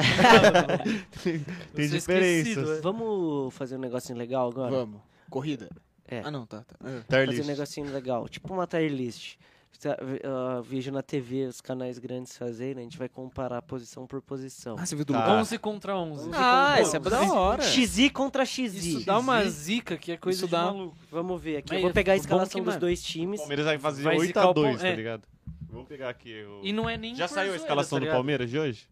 B: tem
A: eu sou esquecido,
B: diferenças.
A: é.
C: Vamos fazer um negocinho legal agora?
D: Vamos. Corrida.
C: É.
D: Ah, não, tá. tá. É.
B: Tier
C: Fazer um
B: list.
C: negocinho legal, tipo uma tier list. Sa- v- ah, vejo na TV os canais grandes fazerem, a gente vai comparar posição por posição.
D: Ah, você viu do
B: Tá.
D: Lucão?
A: 11 contra 11.
D: Ah,
C: Pô,
D: isso é da hora.
C: XI contra XI.
A: Isso dá uma zica que é coisa
D: Isso
A: de
D: dá.
A: maluco.
C: Vamos ver aqui.
A: Mas
C: Eu vou pegar a
A: bom que,
C: escalação dos
A: mano,
C: dois times.
B: Palmeiras vai fazer
A: Vai zicar o
B: 8x2,
A: Pal-
B: tá
A: é.
B: ligado? Vamos pegar aqui. o-
A: E não é nem
B: Já
A: por
B: saiu a
A: zoeira, tá
B: escalação do
A: ligado?
B: Palmeiras de hoje?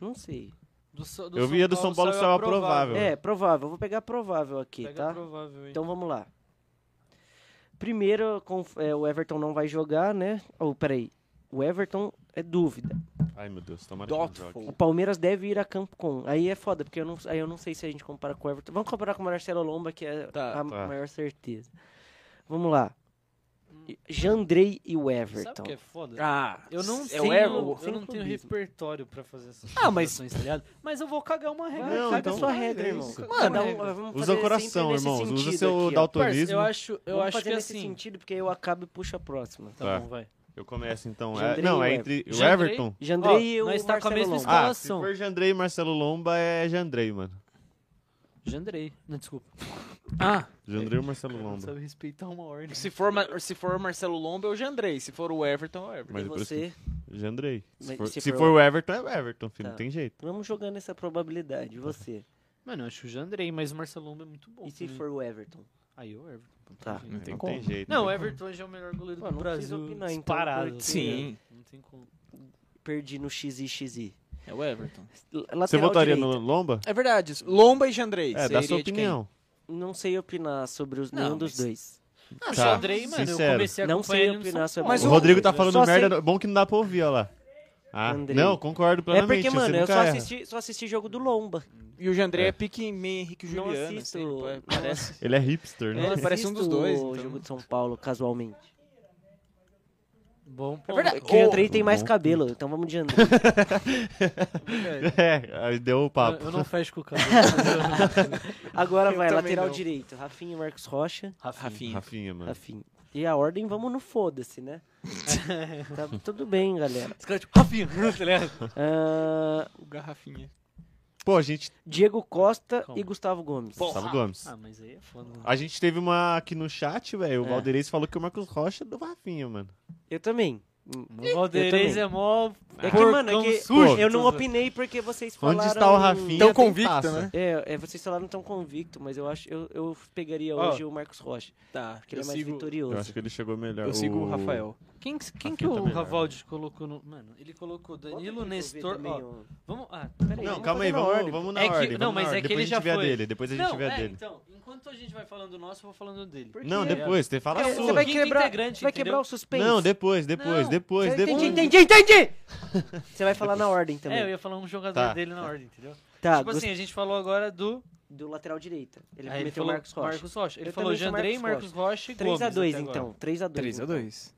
C: Não sei.
A: Do, So-
B: Eu via do São Paulo que
A: saiu
B: estava
A: aprovado.
B: provável.
C: É, provável. Vou pegar provável aqui,
A: Pega
C: tá?
A: provável aí.
C: Então vamos lá. Primeiro, com- é, o Everton não vai jogar, né? Ou peraí. O Everton é dúvida.
B: Ai, meu Deus, tomara que não jogue.
C: O Palmeiras deve ir a campo com. Aí é foda, porque eu não, aí eu não sei se a gente compara com o Everton. Vamos comparar com o Marcelo Lomba, que é
D: Tá,
C: a
B: tá.
C: maior certeza. Vamos lá. Jandrei e o
A: Sabe o
C: Everton.
A: que é foda?
D: Ah,
A: Eu não
D: é
A: tenho,
D: o Everton.
A: eu
C: sem
A: não tenho
C: clubismo.
A: repertório pra fazer essas
D: Ah, mas-
A: comparações, tá ligado? Mas eu vou cagar uma regra. caga
B: Não,
C: Sabe a
B: então-
C: sua
A: sua
C: regra,
A: é
C: irmão.
A: isso, cara.
C: Cada
D: Mano,
C: um, vamos
B: Usa
C: fazer
B: o coração,
C: sempre nesse
B: irmão. Usa
C: sentido
B: seu
C: aqui, ó.
A: Parça, eu
B: daltonismo. Eu,
A: acho, eu
C: Vamos
A: acho
C: fazer
A: que
C: nesse
A: assim...
C: sentido, porque eu acabo e puxo a próxima.
A: Tá,
B: Tá.
A: bom, vai.
B: começo então. É,
C: Jandrei
B: não, é
C: e o
B: entre o
A: Jandrei-
B: Everton.
C: Jandrei
A: Ó,
C: e o
A: nós tá com a
C: Marcelo
A: mesma
C: Lomba.
A: escola.
B: Ah, se
A: escalação.
B: for Jandrei e Marcelo Lomba, é Jandrei, mano.
A: Jandrei. Não, desculpa. Ah,
B: Jandrei e Marcelo
A: não
B: Lomba.
A: sabe respeitar uma ordem.
D: Se for, Ma- se for o Marcelo Lomba, é o Jandrei. Se for o Everton, é o Everton.
B: Mas
C: e
B: é por isso
C: você?
B: Jandrei. Se
C: Mas
B: for,
C: se
B: se
C: for
B: for o Everton, é o Everton, filho.
C: Tá.
B: Não tem jeito.
C: Vamos jogar nessa probabilidade. E você?
A: Mano, eu acho o Jandrei, mas o Marcelombo é muito bom.
C: E se
A: também.
C: for o Everton?
A: Aí o Everton.
C: Tá.
D: Não tem
B: não
D: como.
B: tem jeito. né?
A: Não, o Everton já é o melhor goleiro
C: Pô,
A: do
C: não precisa
A: Brasil.
C: opinar, então,
A: disparado. assim, né?
C: porque-
D: Sim,
A: Não tem como.
C: Perdi no XIXI.
D: é o Everton.
C: L-
B: Você
C: Lateral
B: votaria
C: direito.
B: no Lomba?
D: É verdade. isso. Lomba e Jandrei.
B: É,
D: Você
B: dá
D: iria
B: sua
D: de quem?
B: opinião.
C: Não sei opinar sobre os,
D: Não,
C: nenhum dos
D: mas-
C: dois.
A: Ah,
B: Tá,
A: Jandrei, mano, eu
B: sincero.
A: comecei a
C: Não
A: acompanhar
C: sei
A: ele no São
C: opinar sobre-
A: Paulo.
D: Mas
B: o Rodrigo tá
C: Só
B: falando
C: sei-
B: merda, bom que não dá pra ouvir, olha lá. Ah,
C: Andrei.
B: não, concordo
C: É
B: plenamente.
C: porque, mano,
B: você
C: eu
B: nunca
C: só
B: erra.
C: assisti, só assisti jogo do Lomba.
D: E o Jandrei é,
B: É.
D: pique meio Henrique
C: Não
D: Juliano.
C: assisto-
D: assim, ele pa-
C: não
D: parece.
B: Ele é hipster,
D: É,
B: né?
C: Não
D: ele parece um dos
C: assisto
D: dois,
C: O
D: então.
C: jogo de São Paulo, casualmente.
A: Bom,
D: É verdade.
C: Porque o Andrei tem
B: Bom
C: mais
B: ponto.
C: cabelo, então vamos de Andrei.
B: É, aí deu o
A: Eu,
B: papo.
A: eu não fecho com o cara.
C: Agora
D: Eu
C: vai,
D: também
C: lateral
D: não.
C: direito. Rafinha e Marcos Rocha.
D: Rafinha.
B: Rafinha, mano.
C: Rafinha. E a ordem, vamos no foda-se, né? tá tudo bem, galera.
A: Os caras, tipo, Rafinha, tá ligado?
C: Ah,
D: O Garrafinha.
B: Pô, a gente.
C: Diego Costa
A: Calma.
C: e Gustavo Gomes.
D: Porra.
B: Gustavo Gomes.
A: Ah, mas aí é foda. né?
B: A gente teve uma aqui no chat, velho. O
A: É.
B: Valdeirês falou que o Marcos Rocha é do Rafinha, mano.
C: Eu também.
A: O Valderez
C: também.
A: é mó.
C: É que,
A: porcão
C: mano, é que
A: sujo.
C: eu não opinei porque vocês falaram...
B: Onde está o Rafinha? tem
D: Tão convicto,
B: taça.
D: né?
C: É, é, vocês falaram tão convicto, mas eu acho eu, eu pegaria
A: Ó.
C: hoje o Marcos Rocha,
D: Tá,
C: porque ele é mais vitorioso.
B: Eu acho que ele chegou melhor.
D: Eu sigo o Rafael.
A: Quem, que- quem
B: Rafinha
A: que o
B: tá melhor,
A: Ravaldi colocou no. Mano, ele colocou Danilo, Nestor. ó,
C: um.
A: vamos. Ah, peraí.
B: Não,
C: Vamos
B: calma aí,
C: fazer na
B: vamos,
C: ordem.
B: vamos na
A: É que- não,
B: ordem. vamos na
A: mas é
B: ordem.
A: que
B: depois
A: ele
B: a
A: já
B: gente vê a
A: foi.
B: dele, depois a gente
A: Não,
B: vê a
A: é,
B: dele.
A: então, enquanto a gente vai falando do nosso, eu vou falando dele.
C: Por quê?
B: Não, depois, você fala a
A: Porque
C: é Você
B: sua.
C: vai
A: Quinto
C: quebrar,
A: integrante,
C: vai quebrar
A: entendeu?
C: o suspense.
B: Não, depois, depois,
A: Não,
B: depois,
C: Eu
B: depois.
C: Entendi, entendi, entendi! Você vai falar na ordem também.
A: É, eu ia falar um jogador
B: Tá.
A: dele na ordem, entendeu?
C: Tá,
A: tipo
C: gost-
A: assim, a gente falou agora do.
C: do lateral direita. Ele
A: Ah,
C: meteu o
A: falou
C: Marcos Rocha.
A: Marcos Rocha. Ele
C: Eu
A: falou
C: também sou
A: Jandrei, Marcos
C: Marcos
A: Rocha e Gomes.
C: 3x2,
A: até agora.
C: então. 3x2.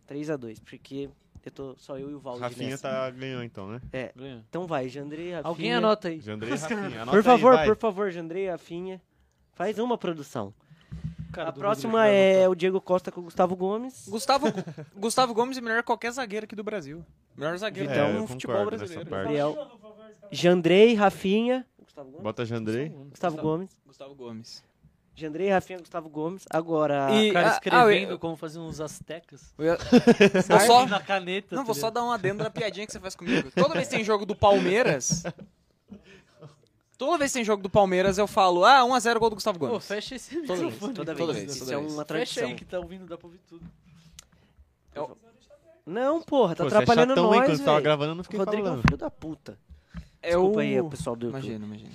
D: 3x2.
C: 3x2, porque eu tô só eu e o Valdir
B: Rafinha
C: nessa.
B: tá ganhou então, né?
A: Ganhou.
C: Então vai, Jandrei, Rafinha.
A: Alguém anota aí.
B: Jandrei e Rafinha. Anota
C: Por favor,
B: aí, vai.
C: por favor, Jandrei, Rafinha. Faz uma produção.
A: Cara,
C: a
A: do Rodrigo
C: próxima
A: vai
C: é
A: anotar.
C: o Diego Costa com o Gustavo Gomes.
D: Gustavo, Gustavo Gomes é melhor que qualquer zagueiro aqui do Brasil. Melhor zagueiro É.
B: Vitão,
D: do
B: É, eu
D: futebol
B: concordo
D: brasileiro.
B: nessa parte.
C: Gabriel. Jandrei, Rafinha. Gustavo Gomes?
B: Bota Jandrei.
C: Gustavo Gomes.
D: Gustavo Gomes.
C: Jandrei, Rafinha, Gustavo Gomes. Agora.
D: E-
A: O cara
D: Ah, ah, eu-
A: escrevendo como fazer uns aztecas.
D: Eu ia-
A: Vou
D: só-
A: na caneta.
D: Não,
A: tá
D: vou só
A: ligado?
D: dar um adendo na piadinha que você faz comigo. Toda vez que tem jogo do Palmeiras. Toda vez que tem jogo do Palmeiras, eu falo, ah, 1x0 gol do Gustavo
C: um
A: Pô,
D: Gomes.
A: fecha esse
C: Toda
A: microfone.
C: vez, toda
D: Toda
C: vez.
D: vez,
C: Isso
D: toda
C: é
D: vez.
C: uma
A: Fecha
C: tradição.
A: aí que tá ouvindo, dá pra ouvir tudo.
C: Não, porra, tá
B: Pô, você é
C: atrapalhando
B: chatão, hein? Quando
C: nós,
B: você tava
C: velho.
B: gravando, eu não fiquei
C: Rodrigo é um
B: falando.
C: filho da puta.
D: é
C: Desculpa
D: o...
C: aí, o pessoal do YouTube.
D: Imagina, imagina.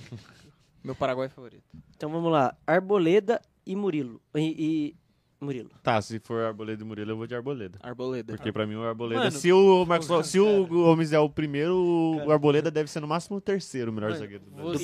D: Meu Paraguai é favorito.
C: Então vamos lá. Arboleda e Murilo. E, e- Murilo.
B: Tá, se for Arboleda e Murilo, eu vou de Arboleda.
D: Arboleda.
B: Porque pra mim o Arboleda.
A: Mano,
B: se o Marcos,
A: porra,
B: se o
A: cara.
B: Gomes é o primeiro, o
A: Cara.
B: Arboleda deve ser no máximo o terceiro melhor
A: Mano,
B: zagueiro do
A: você-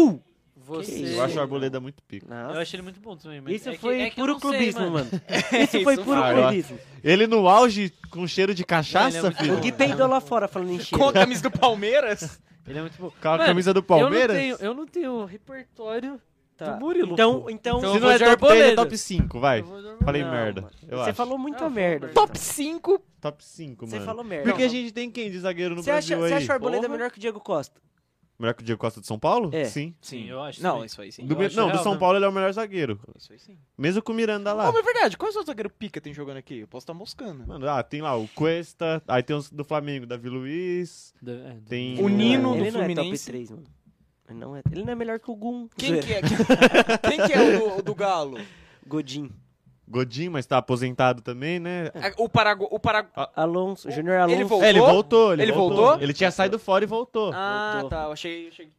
A: Esse-
C: Do Brasil?
A: Você...
C: isso?
B: Eu acho o Arboleda muito pico.
C: Nossa.
A: Eu acho ele muito bom também, mas
C: Isso
A: é que-
C: foi
A: é que eu
C: puro
A: não sei,
C: clubismo,
A: mano.
C: mano. Isso foi puro
B: Ah, eu-
C: clubismo.
B: Ele no auge com cheiro de cachaça,
A: Não, ele é muito
B: filho.
A: bom.
C: O Gui peidou lá fora falando em
D: Com a
C: cheiro.
D: camisa do Palmeiras?
A: Ele é muito bom.
B: Com a
A: Mano,
B: camisa do Palmeiras.
A: Eu não tenho, eu não tenho repertório
C: Tá.
A: do Murilo.
C: Então,
A: pô.
C: então,
A: Então
B: Se
A: eu
B: não
A: vou
B: é
A: de
B: top 10, é
A: Arboleda.
B: top 5, vai.
A: Eu vou de Arboleda.
B: Falei
C: Não,
B: merda.
C: mano.
B: Eu
C: Você
B: acho.
C: falou
A: Ah,
C: muita
A: eu falo
C: merda.
A: merda.
C: Vitão.
D: Top 5?
B: Top 5,
C: Você
B: mano.
C: falou merda.
B: Porque a gente tem quem de zagueiro no
C: Você acha,
B: Brasil é
C: você
B: aí?
C: acha o Arboleda
A: Porra.
C: melhor que o Diego Costa?
B: Melhor que o Diego Costa do São Paulo?
C: É.
B: Sim.
A: Sim, eu acho.
D: Não,
A: também.
D: isso aí sim.
B: Do
A: Eu
B: me-
A: acho
B: Não, do
A: real,
B: São
A: né?
B: Paulo ele é o melhor zagueiro.
D: Isso aí sim.
B: Mesmo com o Miranda lá.
D: Não, mas é verdade. Qual é o seu zagueiro pica tem jogando aqui? Eu posso estar moscando.
B: Mano, ah, tem lá o Cuesta, aí tem os do Flamengo, Davi Luiz,
A: Da- é, da-
B: tem
D: O Nino
C: ele
D: do
C: não é top
D: Fluminense.
C: 3, mano. Ele não, é, ele não é melhor que o Gum.
D: Quem que é, quem que é o, do, o do Galo?
C: Godin.
B: Godinho, mas tá aposentado também, né?
D: É, O Paraguai. O Paragu...
C: Alonso, Júnior Alonso.
D: voltou?
B: É, ele voltou, ele,
D: Ele
B: voltou.
D: voltou?
B: Ele tinha saído fora e voltou.
D: Ah,
C: Voltou.
D: tá. Eu achei. eu achei-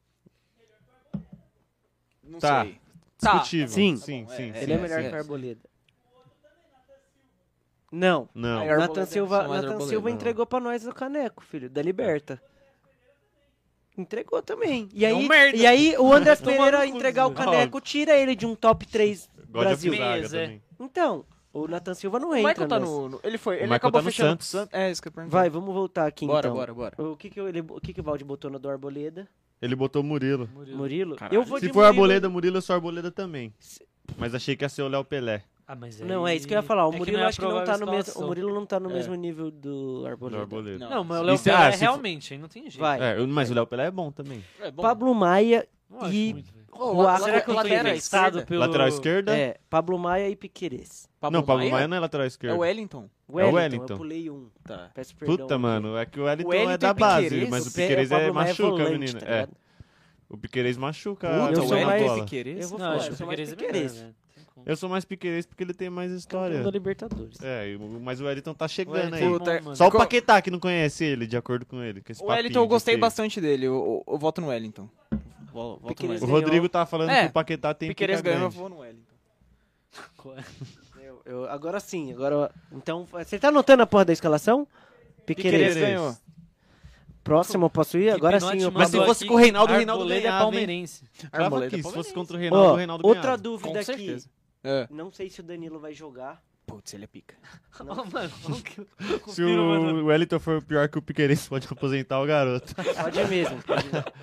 D: Não
B: Tá.
D: sei. Tá.
B: Discutível.
C: Sim.
B: sim,
D: Tá bom,
B: sim,
D: é,
B: sim,
C: Ele é melhor
B: sim.
C: que o Arboleda. Não.
B: Não.
D: Arboleda
C: Nathan
D: é
C: Silva,
D: só mais
C: Nathan
D: Arboleda,
C: Silva
B: não.
C: entregou pra nós o caneco, filho, da Liberta. Entregou também. E aí,
A: um merda.
C: e aí o André
A: Tomando
C: Pereira
A: no cu,
C: entregar o
A: Zé.
C: caneco tira ele de um top 3
B: God of
C: Brasil.
B: Zaga
A: Meias, é.
B: também.
C: Então, o Nathan Silva não
D: O
C: entra.
D: Michael tá
C: nessa.
D: no, no- Ele foi.
B: O
D: Ele
B: Michael
D: acabou
B: tá no
D: fechando pro
B: Santos.
D: Santos. É, isso que eu perguntei.
C: Vai, vamos voltar aqui
D: Bora,
C: então.
D: bora, bora.
C: O que que, eu, ele, o que que o Valde botou no do Arboleda?
B: Ele botou o Murilo.
A: Murilo.
C: Murilo?
D: Caralho.
C: Eu vou
B: Se
C: de
B: for
C: Murilo.
B: Arboleda, Murilo, eu sou Arboleda também.
C: Se-
B: Mas achei que ia ser o Léo Pelé.
A: Ah, mas
C: Não, é
A: aí-
C: isso que eu ia falar. O
A: é
C: Murilo
A: é a
C: acho que não tá
A: provável
C: no mesmo.
A: escalação.
C: O Murilo não tá no
D: É.
C: mesmo nível do
B: Do
C: Arboleda.
B: Arboleda.
D: Não.
A: Não, mas o
B: E
A: Léo
B: se- ah,
A: Pelé
B: se for-
A: realmente, aí não tem jeito.
C: Vai.
B: É, eu- mas o Léo Pelé é bom também.
D: É bom.
C: Pablo Maia.
A: Não acho
C: E-
A: muito, velho.
D: Ô,
C: Será
D: lateral-
A: Será que eu tô
D: lateral
A: infectado
D: esquerda?
A: pelo...
B: Lateral esquerda?
C: É, Pablo Maia e Piqueires.
B: não, Pablo Maia não é lateral
D: É
B: esquerda.
D: o Wellington.
C: Wellington,
B: Wellington.
C: eu pulei um.
D: Tá.
C: Peço perdão.
B: Puta,
C: aqui.
B: mano, é que o Wellington,
D: Wellington
B: é da
D: e
B: base,
D: Piquerez,
B: mas o
C: Pe-
B: Piqueires é
C: Pablo Maia
B: machuca,
C: volante,
B: menino.
C: tá
B: é,
C: ligado?
B: o Piqueires machuca
C: Puta,
B: a
C: o
B: bola na
D: é
C: Wellington-
B: bola.
C: Eu vou
A: Não,
C: falar,
A: acho que
C: eu
A: o
C: sou mais
A: Piqueires é melhor,
C: Piqueires.
A: velho. Tem como.
B: Eu sou mais Piqueires porque ele tem um mais
C: Campeão da
B: história.
C: Libertadores.
B: É, e o- mas o Wellington tá
A: O
B: chegando
A: Wellington
B: aí.
A: é bom,
D: Puta,
A: mano.
B: Só o
D: Co-
B: Paquetá que não conhece ele, de acordo com ele. Com esse
D: O
B: papinho
D: Wellington, eu
B: de
D: gostei
B: que-
D: bastante dele. Eu, eu, eu voto no Wellington. Vo- Voto no
C: Piqueires
B: O
D: Wellington.
C: ganhou.
B: Rodrigo tá falando
D: É,
B: que o Paquetá tem
D: Piqueires
B: pica
D: ganhou, eu
B: grande.
D: vou no Wellington.
C: Eu- eu- agora sim, agora. Então, você tá anotando a porra da escalação?
D: Piqueires
C: Piqueires.
D: ganhou.
C: Próximo, eu posso ir? Agora
A: Pinotti
C: sim, eu
B: Mas
A: mandou
B: se
C: posso.
B: fosse
A: aqui,
B: com o Reinaldo, o Reinaldo
A: Arboleda é
B: ganhava, hein?
A: palmeirense.
B: Crava
D: Arboleda
B: aqui, se
D: palmeirense.
B: fosse contra o Reinaldo,
C: Ó,
B: o Reinaldo
C: outra
B: ganhava.
C: dúvida
D: Com
C: aqui.
D: certeza. É.
C: Não sei se o Danilo vai jogar.
D: Putz, ele é pica.
A: Ó, mano, como que eu
B: Se
A: confiro, mano?
B: o Wellington for pior que o Piqueires, pode aposentar o garoto.
C: Pode ir mesmo. pode ir.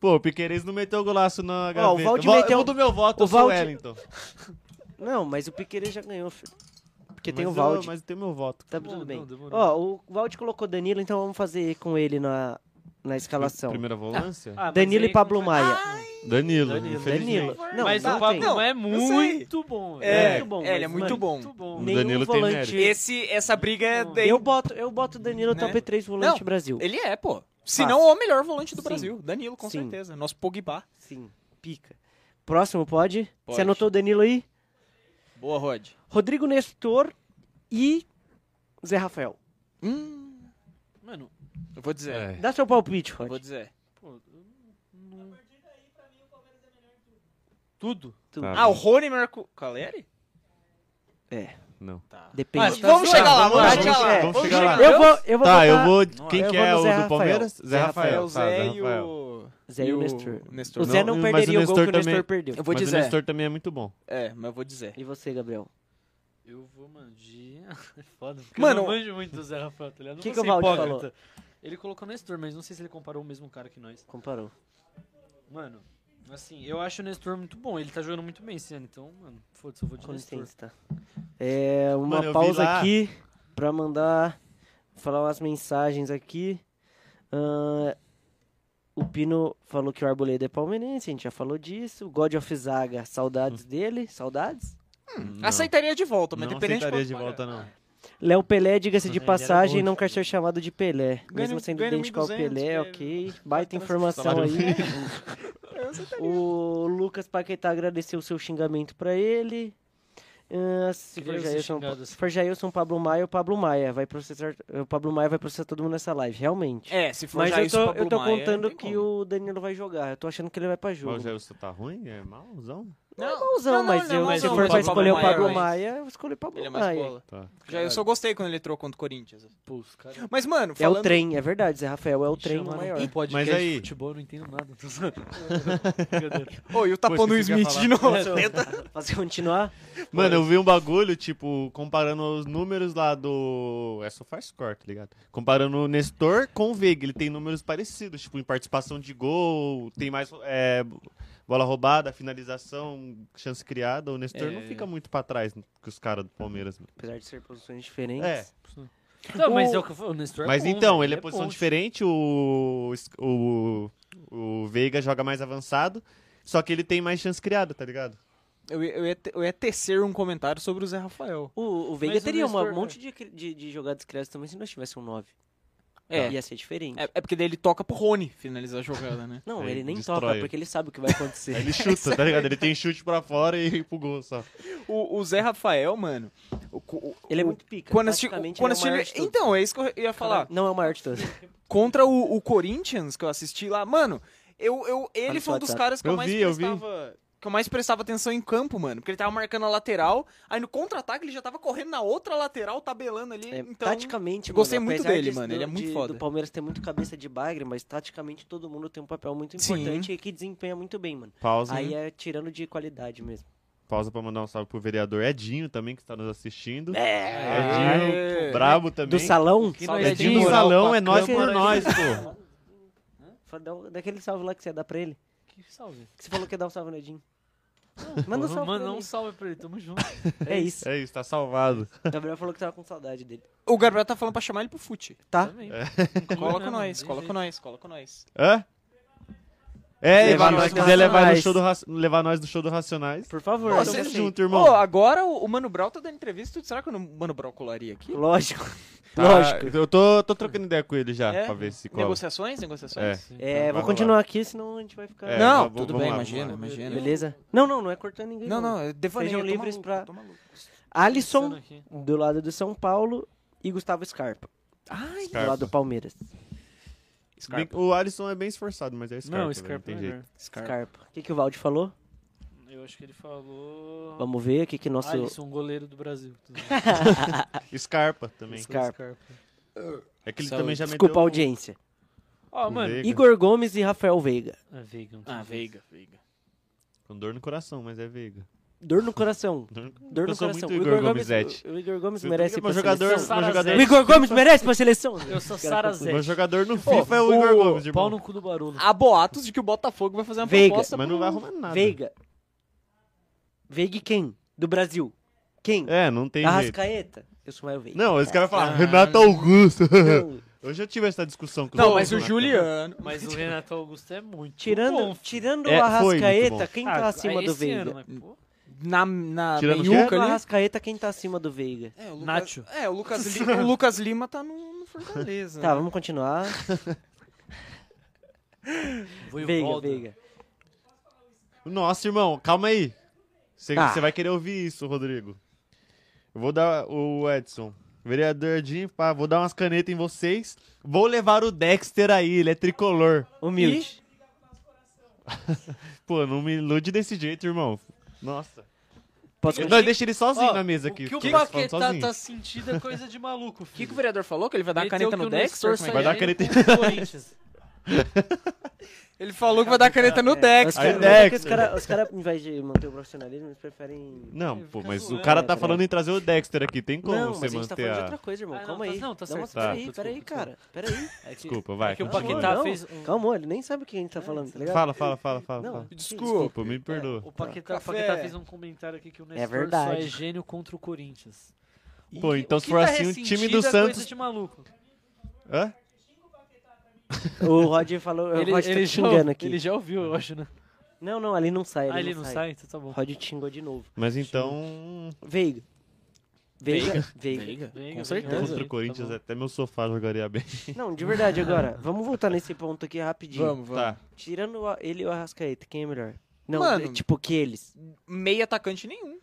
B: Pô, o Piqueires não meteu o golaço na gaveta.
C: o Valdir
B: Vo-
C: meteu- um
B: Eu mudo meu voto,
C: o
B: eu sou o
C: Valdir-
B: Wellington.
C: Não, mas o Piqueires já ganhou, filho. Porque tem
B: Mas
C: o
B: eu-
C: Valde.
B: Mas tem meu voto.
C: Tá
A: Bom,
C: tudo
A: não,
C: bem.
A: demorou.
C: Ó, o Valde colocou Danilo, então vamos fazer com ele na, na escalação.
B: Primeira volância?
A: Ah, mas
C: Danilo
A: aí
C: e Pablo
A: contra-
C: Maia.
B: Danilo,
A: Danilo.
B: infelizmente.
C: Danilo. Não,
A: mas
C: não
A: o Pablo
C: tem.
D: Não,
A: Maia é
D: eu sei.
A: muito bom.
D: É,
A: velho.
C: muito bom,
D: é, ele é
C: mas,
D: muito
C: mano,
D: bom.
A: Muito bom.
C: Nenhum
B: Danilo tem
C: volante.
B: mérito.
D: Esse, essa briga é
A: Não.
D: de-
C: Eu boto, eu boto Danilo
D: Né?
C: top 3 volante
D: Não,
C: Brasil.
D: Ele é, pô. Se
C: Fácil.
D: não o melhor volante do
C: Sim.
D: Brasil. Danilo, com
C: Sim.
D: certeza. Nosso Pogba.
C: Sim, pica. Próximo, pode?
D: Pode.
C: Você anotou o Danilo aí?
D: Boa, Rod.
C: Rodrigo Nestor e Zé Rafael.
D: Hum,
A: Mano,
D: eu vou dizer.
B: É.
C: Dá seu palpite,
D: Eu vou
C: Rod.
D: dizer.
A: pô... eu Não... Tudo.
C: Tu-
B: Tá.
D: Ah, o Rony Marco. Caleri?
C: É,
B: Não.
D: Tá.
C: depende.
A: Mas
D: Vamos
A: Tá,
D: chegar lá,
B: vamos lá,
D: vamos chegar
B: vamos
D: lá.
B: chegar, vamos chegar lá.
C: É. Eu vou, eu vou
B: Tá,
C: botar
B: eu vou.
A: Não,
B: Quem
C: eu
B: que
C: vou
B: é
C: no
B: o
C: Zé
B: do
C: Rafael.
B: Palmeiras? Zé
C: Zé
D: É
B: Rafael.
D: o
B: tá, Zé
D: Zé e
B: Rafael.
D: o.
C: Zé e o Nestor.
D: Nestor.
C: O Zé
B: Não,
C: não,
B: mas o
C: perderia o gol
B: Nestor
C: que o Nestor
B: também-
C: perdeu.
D: Eu vou
B: Mas o
D: dizer.
B: Nestor também é muito bom.
D: É, mas eu vou dizer.
C: E você, Gabriel?
A: Eu vou, mano, de... É Foda, porque
D: Mano,
A: eu não manjo muito do Zé Rafael, tá ligado? Não
C: que
A: vou
C: que o
A: ser
C: Valde
A: hipócrita. Ele colocou Nestor, mas não sei se ele comparou o mesmo cara que nós.
C: Comparou.
A: Mano, assim, eu acho o Nestor muito bom. Ele tá jogando muito bem esse ano, então, mano, foda-se, eu vou de
C: Com
A: Nestor.
C: licença, tá? É, uma
B: Mano, eu vi
C: pausa
B: lá-
C: aqui pra mandar, falar umas mensagens aqui. Ahn, o Pino falou que o Arboleda é palmeirense, a gente já falou disso. O God of Zaga,
B: Hum.
C: saudades dele, saudades. Hum,
B: Não.
D: Aceitaria de volta, mas
B: Não
D: dependendo de
B: aceitaria
D: quanto
B: de
D: pagar.
B: volta, não.
C: Léo Pelé, diga-se
A: Ele
C: de
A: era
C: passagem,
A: bom,
C: não quer ser chamado de Pelé.
D: Ganha
C: Mesmo
D: um-
C: sendo
D: ganha um
C: idêntico ao
D: 1.200,
C: Pelé,
D: que-
C: ok. Baita
D: Salário-
C: informação
B: salário
C: aí.
D: assim, Eu aceitaria.
C: O Lucas Paquetá agradeceu o seu xingamento pra ele. Ah, se,
A: Queria
C: for
A: ser
C: Jailson,
A: xingado assim.
C: se for Jailson, Pablo Maia, o Pablo Maia vai processar, o Pablo Maia vai processar todo mundo nessa live, realmente.
D: É, se for
C: Mas
D: já
C: eu
D: isso
C: tô,
D: pra
C: eu tô
D: Blumar, é,
C: contando
D: não tem
C: que
D: como.
C: o Danilo vai jogar. Eu tô achando que ele vai pra jogo.
B: Mas o Gelson tá ruim? É malzão?
C: Não,
D: Não,
C: malzão,
D: não, não,
C: mas
D: não,
C: eu,
D: não,
C: se
D: não,
C: for
D: não,
C: pra
D: não,
C: escolher o
D: Pablo
C: Pablo
D: Maia,
C: Maia, eu escolho o Pablo
D: Ele é mais
C: Maia.
D: bola.
B: Tá.
D: Já eu só gostei quando ele trocou contra o Corinthians.
A: Pô, cara.
D: Mas, mano,
C: É
D: falando...
C: o trem, é verdade, Zé Rafael, é o trem o maior.
A: Um
B: Mas
A: podcast
B: aí-
A: de futebol, eu não entendo nada. Tô zoando. Brincadeira.
D: Ô, e o tapão do
B: esqueci o que eu ia
D: Smith de novo.
C: É. Fazer continuar?
B: Mano, eu vi um bagulho, tipo, comparando os números lá do. É só faz score, tá ligado? Comparando o Nestor com o Veiga. Ele tem números parecidos, tipo, em participação de gol, tem mais é, bola roubada, finalização, chance criada. O Nestor não fica muito pra trás que os caras do Palmeiras. mano.
C: Apesar de ser posições diferentes.
B: É.
A: Não, mas
D: O-
A: é o que eu falo, o Nestor é
B: Mas
A: bom,
B: então,
A: velho,
B: ele é posição
A: bom. tipo.
B: diferente, o, o, o Veiga joga mais avançado, só que ele tem mais chance criada, tá ligado?
D: Eu, ia- eu, ia, te- eu ia tecer um comentário sobre o Zé Rafael.
C: O, o Veiga
A: Mas o
C: teria uma-
A: Nestor,
C: um monte de, cri- de, de jogadas criadas também se nós tivesse um 9.
D: É.
C: Ia ser diferente.
D: É, é porque daí ele toca pro Rony finalizar a jogada, né?
C: Não,
B: Aí
C: ele nem
B: destrói.
C: toca, porque ele sabe o que vai
B: Aí
C: acontecer.
B: ele chuta, tá ligado? Ele tem chute pra fora e pro gol só.
D: O, o Zé Rafael, mano... o- o-
C: ele é
D: o-
C: muito pica.
D: Quando assisti,
C: praticamente
D: quando
C: ele é o maior de
D: assisti,
C: todos.
D: então, é isso que eu ia falar.
C: Não é o maior de todos.
D: Contra o, o Corinthians, que eu assisti lá, mano, Eu, eu, ele
C: no
D: foi um
C: seu
D: dos
C: WhatsApp.
D: caras que eu,
B: Eu
D: mais
B: vi, eu vi.
D: prestava. Que eu mais prestava atenção em campo, mano. Porque ele tava marcando a lateral, aí no contra-ataque ele já tava correndo na outra lateral, tabelando ali.
C: É,
D: então,
C: taticamente,
D: eu gostei
C: mano,
D: muito
C: apesar
D: dele,
C: de-
D: mano, ele é
C: do-
D: muito
C: de-
D: foda.
C: Do Palmeiras ter muito cabeça de bagre, mas taticamente todo mundo tem um papel muito
D: Sim.
C: importante e que desempenha muito bem, mano.
B: Pausa.
C: Aí é tirando de qualidade mesmo.
B: Pausa pra mandar um salve pro vereador Edinho também, que está nos assistindo.
D: É,
B: Edinho,
D: é.
B: brabo também.
C: Do salão?
A: Que
D: Salve,
A: nós é
B: Edinho
A: de
B: do
A: moral
B: salão,
A: pra
B: é nós
A: câmara.
B: por nós, pô.
C: Fa- dá um- Daquele salve lá que você ia dar pra ele.
A: Que salve.
C: Que você falou que ia dar um salve no Edinho. Manda um salve
A: Manda
C: pra ele.
A: um salve pra ele, tamo junto.
C: É isso.
B: É isso, tá salvado.
C: O Gabriel falou que tava com saudade dele.
D: O Gabriel tá falando pra chamar ele pro fute.
C: Tá?
A: Também.
B: É.
D: Coloca nós, coloca nós, coloca nós.
B: Hã? É,
C: Levar
B: levar
C: nós
B: nós,
C: no
B: quiser levar, no
C: Racionais. assim,
B: show do, Raci- levar nós no show do Racionais.
C: Por favor.
D: Pô,
C: eu
D: você
B: Tamo
C: não sei.
B: junto, irmão.
D: Pô, agora o, o Mano Brau tá dando entrevista. Será que o Mano Brau colaria aqui?
C: Lógico.
B: Tá,
C: Lógico.
B: Eu tô, tô trocando ideia com ele já,
D: É?
B: pra ver se cola.
D: Negociações, negociações?
C: É,
B: Vai
C: vou
B: rolar.
C: continuar aqui, senão a gente vai ficar.
B: É,
D: não,
B: vamos-
D: tudo
B: vamos
D: bem,
B: lá,
D: imagina,
A: vamos lá.
D: imagina.
C: Beleza? Não, não, não é cortando ninguém.
D: Não, não, é devaneio.
C: Sejam
D: eu tô
C: livres
D: maluco,
C: pra-
D: eu tô maluco.
C: Alisson, do lado do São Paulo, e Gustavo Scarpa,
D: Ai,
C: do lado do Palmeiras.
B: Bem-
D: Scarpa.
B: o Alisson é bem esforçado, mas é Scarpa.
A: Não,
B: velho,
A: Scarpa
B: tem
A: é
B: jeito.
A: melhor.
D: Scarpa.
C: Scarpa. O que, que o Valdi falou?
A: Eu acho que ele falou...
C: Vamos ver o que, que nosso.
A: Alisson, goleiro do Brasil. Tudo bem.
B: Scarpa também.
C: Scarpa.
B: É que ele
D: Saúde.
B: também já
C: Desculpa a
B: meteu
C: audiência.
A: Ó,
B: o
A: mano.
B: Veiga.
C: Igor Gomes e Rafael Veiga.
A: Ah, Veiga.
D: Ah, Veiga, Veiga.
B: Com dor no coração, mas é Veiga.
C: Dor no coração.
B: Dor no-
C: Dor
B: Eu
C: no
B: sou
C: coração.
B: muito
C: o
B: Igor Gomezete.
C: o- o Igor Gomes
B: Eu-
C: merece ir
B: meu
C: pra
B: é um jogador, meu
C: seleção.
A: Sara
B: jogador,
A: Zé.
C: O Igor Gomes merece pra seleção.
A: Eu sou
C: Cara,
A: Sara
C: foi-
A: Zé.
B: meu jogador no
D: Ó,
B: FIFA é o Igor Gomes,
A: Pau
B: irmão.
A: no cu tá do barulho.
D: Há boatos de que o Botafogo vai fazer uma
C: Veiga.
D: proposta
B: Mas
D: pro-
B: não vai arrumar nada.
C: Veiga. Veiga e quem? Do Brasil. Quem?
B: É, não tem jeito.
C: Arrascaeta. Eu sou o Maio Veiga. Então,
B: Não, esse cara vai falar,
D: Ah.
B: Renato Augusto.
C: Não,
B: Hoje eu tive essa discussão com
D: Não,
B: o
D: mas o
B: Renato. né?
D: Juliano.
A: Mas o Renato Augusto é muito
C: Tirando,
A: bom.
C: tirando
B: É,
C: o
B: foi muito
C: Arrascaeta,
B: bom.
C: quem
A: Ah,
C: tá acima
A: esse
C: do Veiga?
A: ano, mas, pô,
D: Na, na
B: Tirando o
D: meiuca
B: quê?
C: O
D: ali.
C: Arrascaeta, quem tá acima do Veiga?
D: É, o Lucas,
A: Nacho.
D: É, o Lucas, Li- o Lucas Lima tá no, no Fortaleza.
C: Tá, vamos continuar.
A: Voivoda.
C: Veiga, Veiga.
B: Nossa, irmão, calma aí. Você
A: Tá.
C: Ah.
B: vai querer ouvir isso, Rodrigo. Eu vou dar o Edson. Vereador Jim, pá, vou dar umas canetas em vocês. Vou levar o Dexter aí, ele é tricolor.
C: Humilde.
B: Pô, não me ilude desse jeito, irmão. Nossa.
C: Posso
B: Eu,
C: continuar?
B: não, deixa ele sozinho
A: Ó,
B: na mesa
A: O
B: aqui.
A: que o
B: fica falando
A: Paquetá
B: sozinho.
A: tá sentindo é coisa de maluco,
D: O que,
A: filho.
D: que o vereador falou? Que ele vai dar a
A: Meteu
D: caneta
A: que
D: no
A: o Nestor
D: Dexter? Como é que
B: Vai
D: é?
B: dar
A: sairia
B: caneta
A: com o Corinthians.
D: Ele falou que vai dar a caneta no Dex.
C: Os
B: Aí,
C: caras, é que
B: Dex.
C: os caras, os caras, ao invés de manter o profissionalismo, eles preferem.
B: Não,
A: Ele
B: pô,
A: fica
B: mas o
A: zoando,
B: cara
C: né,
B: tá
C: cara?
B: falando em trazer o Dexter aqui. Tem como
C: não,
B: você
C: mas a gente tá
B: manter
C: falando
B: a...
C: de outra coisa, irmão.
A: Ah, não,
C: Calma
A: tá-
C: aí.
A: não, tá
C: Dá uma-
A: certo,
C: Peraí,
A: desculpa,
C: peraí,
A: desculpa,
C: cara. Peraí.
B: Desculpa,
A: É
B: vai.
A: que o
C: Não,
A: Paquetá
C: não.
A: fez um...
C: Calma, ele nem sabe o que a gente tá falando, tá ligado?
B: Fala, fala, fala, fala.
C: Não,
B: fala.
C: que
D: Desculpa.
B: Pô, me perdoa.
A: O Paquetá, o
D: Café.
A: Paquetá fez um comentário aqui que o Nestor só
C: verdade.
A: é gênio contra o Corinthians. O
B: Pô,
A: que-
B: então
A: o
B: se
A: que
B: for
A: tá
B: assim, o time
A: ressentido
B: do
A: é
B: Santos-
A: Coisa de maluco.
B: Hã?
C: O Rod falou. O Rod tá te xingando aqui.
A: ele já ouviu, eu acho, né?
C: Não, não, ali não sai. Ali
A: ah, ele não sai? Então tá
C: O
A: bom.
C: Rod te xingou de novo.
B: Mas então...
C: Veiga. Veiga. Veiga.
A: Veiga,
D: Com
A: Veiga,
D: certeza.
A: Veiga.
B: Contra o
A: Tá
B: Corinthians,
A: bom.
B: até meu sofá jogaria bem.
C: Não, de verdade agora. Vamos voltar nesse ponto aqui rapidinho.
D: Vamos, vamos.
B: Tá.
C: Tirando o- ele e o Arrascaeta, quem é melhor? Não,
D: Mano.
C: é tipo que eles.
D: Meia atacante nenhum.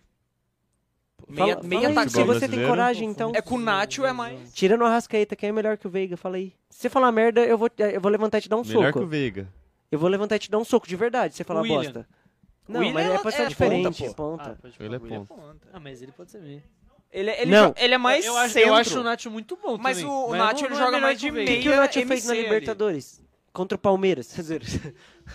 C: Fala,
D: Meia,
C: fala
D: meia
C: aí,
D: atacante.
C: se
B: Futebol
C: você tem
B: brasileiro.
C: coragem, então.
D: É com o Nacho, é mais.
C: Tirando o Arrascaeta, quem é melhor que o Veiga? Fala aí. Se você falar merda, eu vou, eu vou levantar e te dar um
B: Melhor que
C: soco.
B: o Veiga.
C: Eu vou levantar e te dar um soco de verdade, se você falar
A: William.
C: bosta. Não,
D: William
C: mas é
D: é-
C: pra
D: é
C: ser
D: ponta,
C: diferente.
D: pô.
A: Ah,
C: ponta.
A: pode falar,
B: Ele é
A: William.
B: ponta.
A: Ah, mas ele pode ser meio.
D: Ele, ele,
C: Não.
D: jo- ele é mais
A: eu, acho,
D: centro.
A: eu acho o Nacho muito bom
D: Mas
A: também.
D: o
A: não-
D: Nacho, ele
A: não é
D: joga
A: melhor
D: mais
A: que o
D: de
A: Veiga.
C: O que, que o
D: Meia
C: Nacho
D: MC
C: fez na
D: ali.
C: Libertadores? Contra o Palmeiras.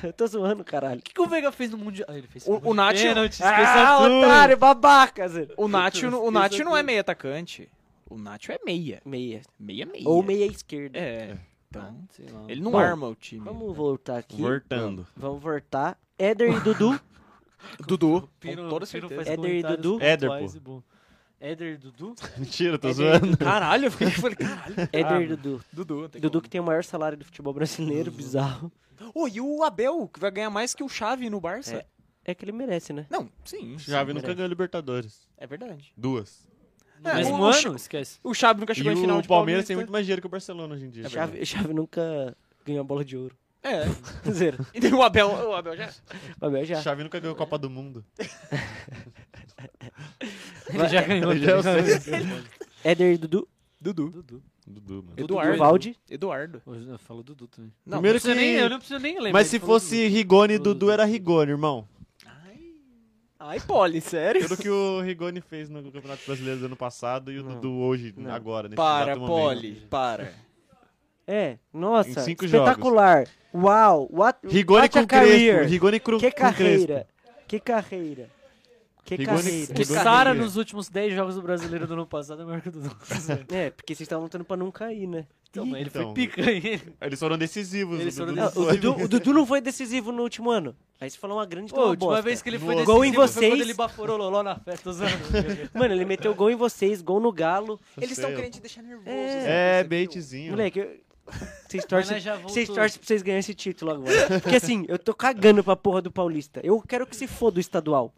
C: eu tô zoando, caralho.
A: O que, que o Veiga fez no Mundial? Ah, ele fez
D: O- o Nacho-
A: Pênalti,
C: Ah,
A: esqueça tudo.
C: otário, babaca. Zé.
D: O Nacho, o
A: Esqueça
D: Nacho não é
A: tudo.
D: meia atacante. O Nacho é meia.
C: Meia.
D: Meia, meia.
C: Ou meia esquerda.
D: É. Então,
A: Sei lá.
D: ele não
C: Bom,
D: arma o time.
C: Vamos voltar aqui.
B: Voltando.
C: Vamos voltar. Éder e Dudu.
D: Dudu,
A: Pino,
D: com toda
A: Pino
D: certeza.
A: faz
C: Éder e
A: comentários
C: Dudu.
B: Éder,
A: pontuais
B: pô.
A: e bom. Éder e Dudu?
B: Mentira, tô
C: Éder-
B: zoando.
D: Caralho, eu fiquei- eu falei, caralho.
C: Éder e Dudu.
D: Dudu, não tem
C: Dudu que
D: como.
C: tem o maior salário do futebol brasileiro, bizarro.
D: Ô, e o Abel, que vai ganhar mais que o Xavi no Barça?
C: É que ele merece, né?
D: Não, sim. sim,
B: Chave nunca
C: merece.
B: ganhou Libertadores.
D: É verdade.
B: Duas.
D: É,
A: Mas
D: o-
A: um
D: o Ch-
A: ano? Esquece.
D: O Xavi nunca
B: E
D: chegou em final
B: o
D: de
B: Palmeiras tem muito
D: Paulista.
B: mais dinheiro que o Barcelona hoje em dia.
C: Chave, Chave nunca ganhou a bola de ouro.
D: É.
C: Zero.
D: E tem o Abel, o Abel já.
C: Babel já.
B: Chave nunca ganhou Copa do Mundo.
A: Ele já ganhou.
B: já
A: tá ligado?
C: Éder e Dudu.
D: Dudu.
A: Dudu.
B: Dudu, mano.
D: Eduardo.
C: Valdi.
D: Eduardo.
A: Eu falo Dudu também.
D: Não,
B: Primeiro
A: Não precisa
B: que-
A: nem- eu não preciso nem lembrar.
B: Mas
A: ele
B: se
A: falou
B: fosse Rigoni e
A: Falou
B: Dudu,
A: Dudu.
B: era Rigoni, irmão.
D: Ai, ai Poli, sério?
B: Tudo que o Rigoni fez no Campeonato Brasileiro do ano passado e o
C: Não.
B: Dudu hoje,
C: Não.
B: agora, nesse
D: Para,
B: exato momento.
D: Poli, para.
C: É, nossa,
B: Em cinco
C: espetacular. Uau, what,
B: Rigoni
C: what a
B: com Crespo.
C: career.
B: Rigoni cru-
C: Que
B: com Crespo.
C: carreira. Que carreira. Que
B: Rigoni-
C: carreira.
A: Dudu. O
B: Rigoni-
A: Sara nos últimos 10 jogos do Brasileiro do ano passado é maior que o Dudu.
C: É, porque vocês estavam lutando pra não cair, né?
A: Então, mas ele
B: Então.
A: foi pica aí.
B: Eles foram decisivos.
A: Eles
B: o
A: foram
B: Dudu
C: Ah,
B: não
C: o,
B: foi.
C: Dudu, o Dudu não foi decisivo no último ano. Aí você falou uma grande
A: Pô, a
C: Pô,
A: última
C: bosta.
A: vez que ele foi
B: Nossa.
A: decisivo
C: Gol em
A: foi
C: vocês.
A: quando ele baforou o Loló na festa. usando-
C: Mano, ele meteu gol em vocês, gol no Galo.
D: Eles
B: sei,
D: estão
B: eu-
D: querendo te deixar nervoso.
C: É.
D: Zé,
B: É,
D: percebeu?
B: baitzinho.
C: Moleque, eu- vocês
A: Mas
C: torcem,
A: nós já
C: vocês
A: voltou.
C: torcem pra vocês ganharem esse título agora. Porque assim, eu tô cagando pra porra do Paulista. Eu quero que se foda o estadual.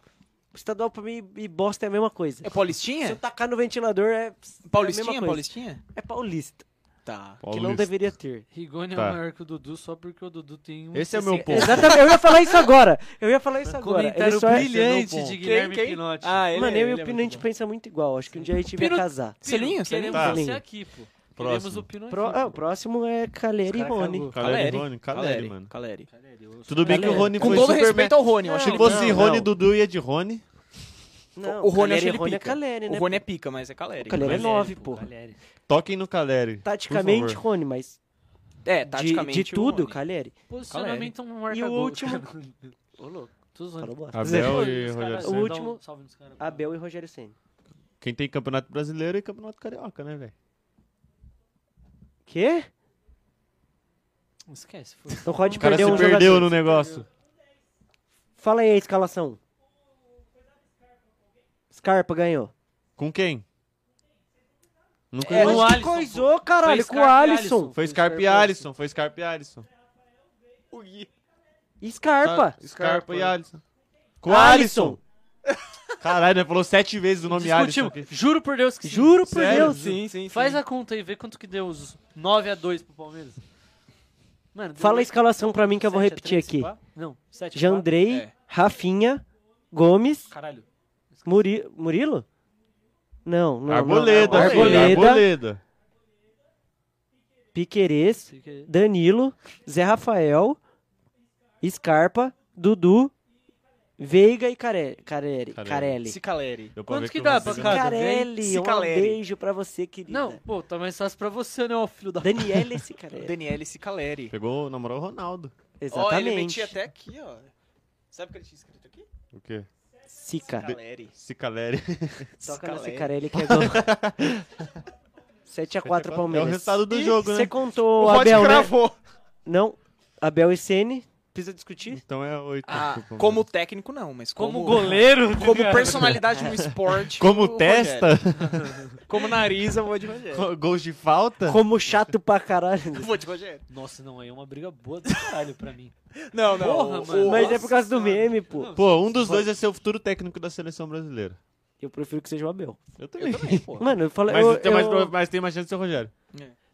C: O estadual pra mim e bosta é a mesma coisa.
D: É
C: Se eu
D: Paulistinha?
C: tacar no ventilador é. é a
D: Paulistinha,
C: mesma coisa.
D: Paulistinha?
C: É paulista.
D: Tá.
C: Que não
B: Paulista.
C: deveria ter.
A: Rigoni é
B: Tá.
A: maior que o Dudu só porque o Dudu tem um...
B: Esse é o
C: assim.
B: meu ponto.
C: Exatamente, eu ia falar isso agora. Eu ia falar isso agora. Ele
A: Comentário
C: só é-
A: brilhante
B: Esse é meu
A: de
B: ponto.
A: Guilherme
D: Quem, quem?
A: Pinotti.
D: Ah, ele
C: Mano, eu
D: é,
C: e
D: ele
C: o
D: é
C: Pino a
D: muito
C: gente
D: bom.
C: pensa muito igual. Acho que um dia a gente
A: Pino-
C: vai casar.
A: Pino,
D: Selinho, selinho.
A: Queremos você
C: Tá.
A: aqui, pô. Queremos
B: Próximo.
A: o Pino aqui.
C: Pro- ah, o próximo é Caleri e
A: Os cara
C: Rony.
A: cagou.
B: Caleri, Rony, Caleri, mano.
D: Caleri.
B: Tudo bem que o
C: Caleri.
B: Rony
D: Com
B: foi
D: todo
B: super
D: respeito ao Rony, eu acho
B: Se
D: ele-
B: fosse
C: Não,
B: Rony,
C: não.
B: Dudu ia de Rony.
C: Não,
D: o Rony, eu acho
C: Caleri e
D: ele
C: Rony é
D: pica.
C: Caleri, né?
D: O Rony é pica, mas é Caleri.
C: O Caleri é
A: Caleri,
C: nove,
A: pô,
C: porra.
A: Caleri.
B: Toquem no Caleri. por
C: Taticamente,
B: favor.
C: Rony, mas
D: É,
C: de,
D: taticamente.
C: de tudo,
D: cara.
C: Caleri.
A: Posicionamento é um marcador.
C: E o último.
A: Ô, louco. Tô zoando.
C: Falou bosta.
A: Os
B: Abel e
A: caras-
B: Rogério
A: Dá um
B: Senna.
C: último-
A: salve nos caras.
C: Abel e Rogério Senna.
B: Quem tem campeonato brasileiro e campeonato carioca, né, velho?
C: Quê?
A: Esquece. Foi.
C: Não pode
B: O cara
C: perder
B: se
C: um
B: perdeu
C: jogador.
B: no negócio.
C: Fala aí a escalação. Scarpa ganhou.
B: Com quem? Não
A: É,
B: conheço.
A: o
C: Mas que
A: Alisson,
C: coisou,
A: Foi
C: caralho, com o
A: Scarpa e
C: Alisson.
B: Foi Scarpa e Alisson, foi Scarpa e Alisson.
C: E Scarpa.
B: Tá, Scarpa e Alisson. Com
C: Alisson.
B: Alisson. Caralho, ele falou sete vezes o nome Alisson.
A: Discutimos. Juro por Deus que sim.
C: Juro por
B: Sério?
C: Deus.
D: Sim, sim,
A: Faz a conta aí, vê quanto que deu os 9x2 pro Palmeiras. Mano, deu
C: Fala a
A: oito-
C: escalação pra mim que eu vou
A: sete a
C: repetir
A: três,
C: aqui.
A: pá. Não, 7
C: Jandrei,
D: É.
C: Rafinha, Gomes,
A: Caralho.
C: Muri... Murilo? Não, não. não.
B: Arboleda, filho,
C: Arboleda,
B: Arboleda.
C: Piquerez, Danilo, Zé Rafael, Scarpa, Dudu, Veiga e Care... Carelli.
B: Carelli.
C: Carelli.
D: Cicaleri.
B: Deu pra
A: Quanto
B: ver
A: que
B: o
A: dá
B: Rony
A: pra
B: fez um-
A: cada?
C: Carelli, um
D: Cicaleri.
C: beijo pra você, querida.
A: Não, pô, tá mais fácil pra você, né, ó filho da...
C: Daniele Cicarelli.
D: Daniele Cicaleri.
B: Pegou, na moral, o Ronaldo.
D: Ó, ele
C: Exatamente.
D: metia até aqui, ó. Sabe o que ele tinha escrito aqui?
B: O quê?
C: Cica.
D: Cicaleri.
B: Cicaleri.
C: Toca
D: Cicaleri.
C: nesse Carelli que é gol. 7x4 Palmeiras.
B: É o resultado do
C: E
B: jogo, né?
C: Você contou o
B: Rod
C: Abel, né?
B: cravou.
C: Não. Abel e Sene. Precisa discutir?
B: Então é oito.
D: Ah,
B: pro Palmeiras.
D: como técnico, não, mas como.
A: Como goleiro, tá
D: Como
A: ligado?
D: personalidade no esporte. o
B: Como
D: Rogério.
B: testa?
D: Como nariz, eu vou de Rogério.
B: Co- Gols de falta?
C: Como chato pra caralho.
D: Eu vou de Rogério.
A: Nossa, não, aí é uma briga boa do caralho pra mim.
D: Não, não.
A: Porra,
D: o-
A: mano.
D: o-
C: Mas é por causa do meme, pô.
B: Pô, um dos dois é ser o futuro técnico da seleção brasileira.
C: Eu prefiro que seja o Abel.
B: Eu
D: Eu
B: também.
D: também, pô.
C: Mano, eu falei.
B: Mas,
C: Eu,
B: tem mais,
C: eu-
B: prova- mas tem mais chance de ser o Rogério.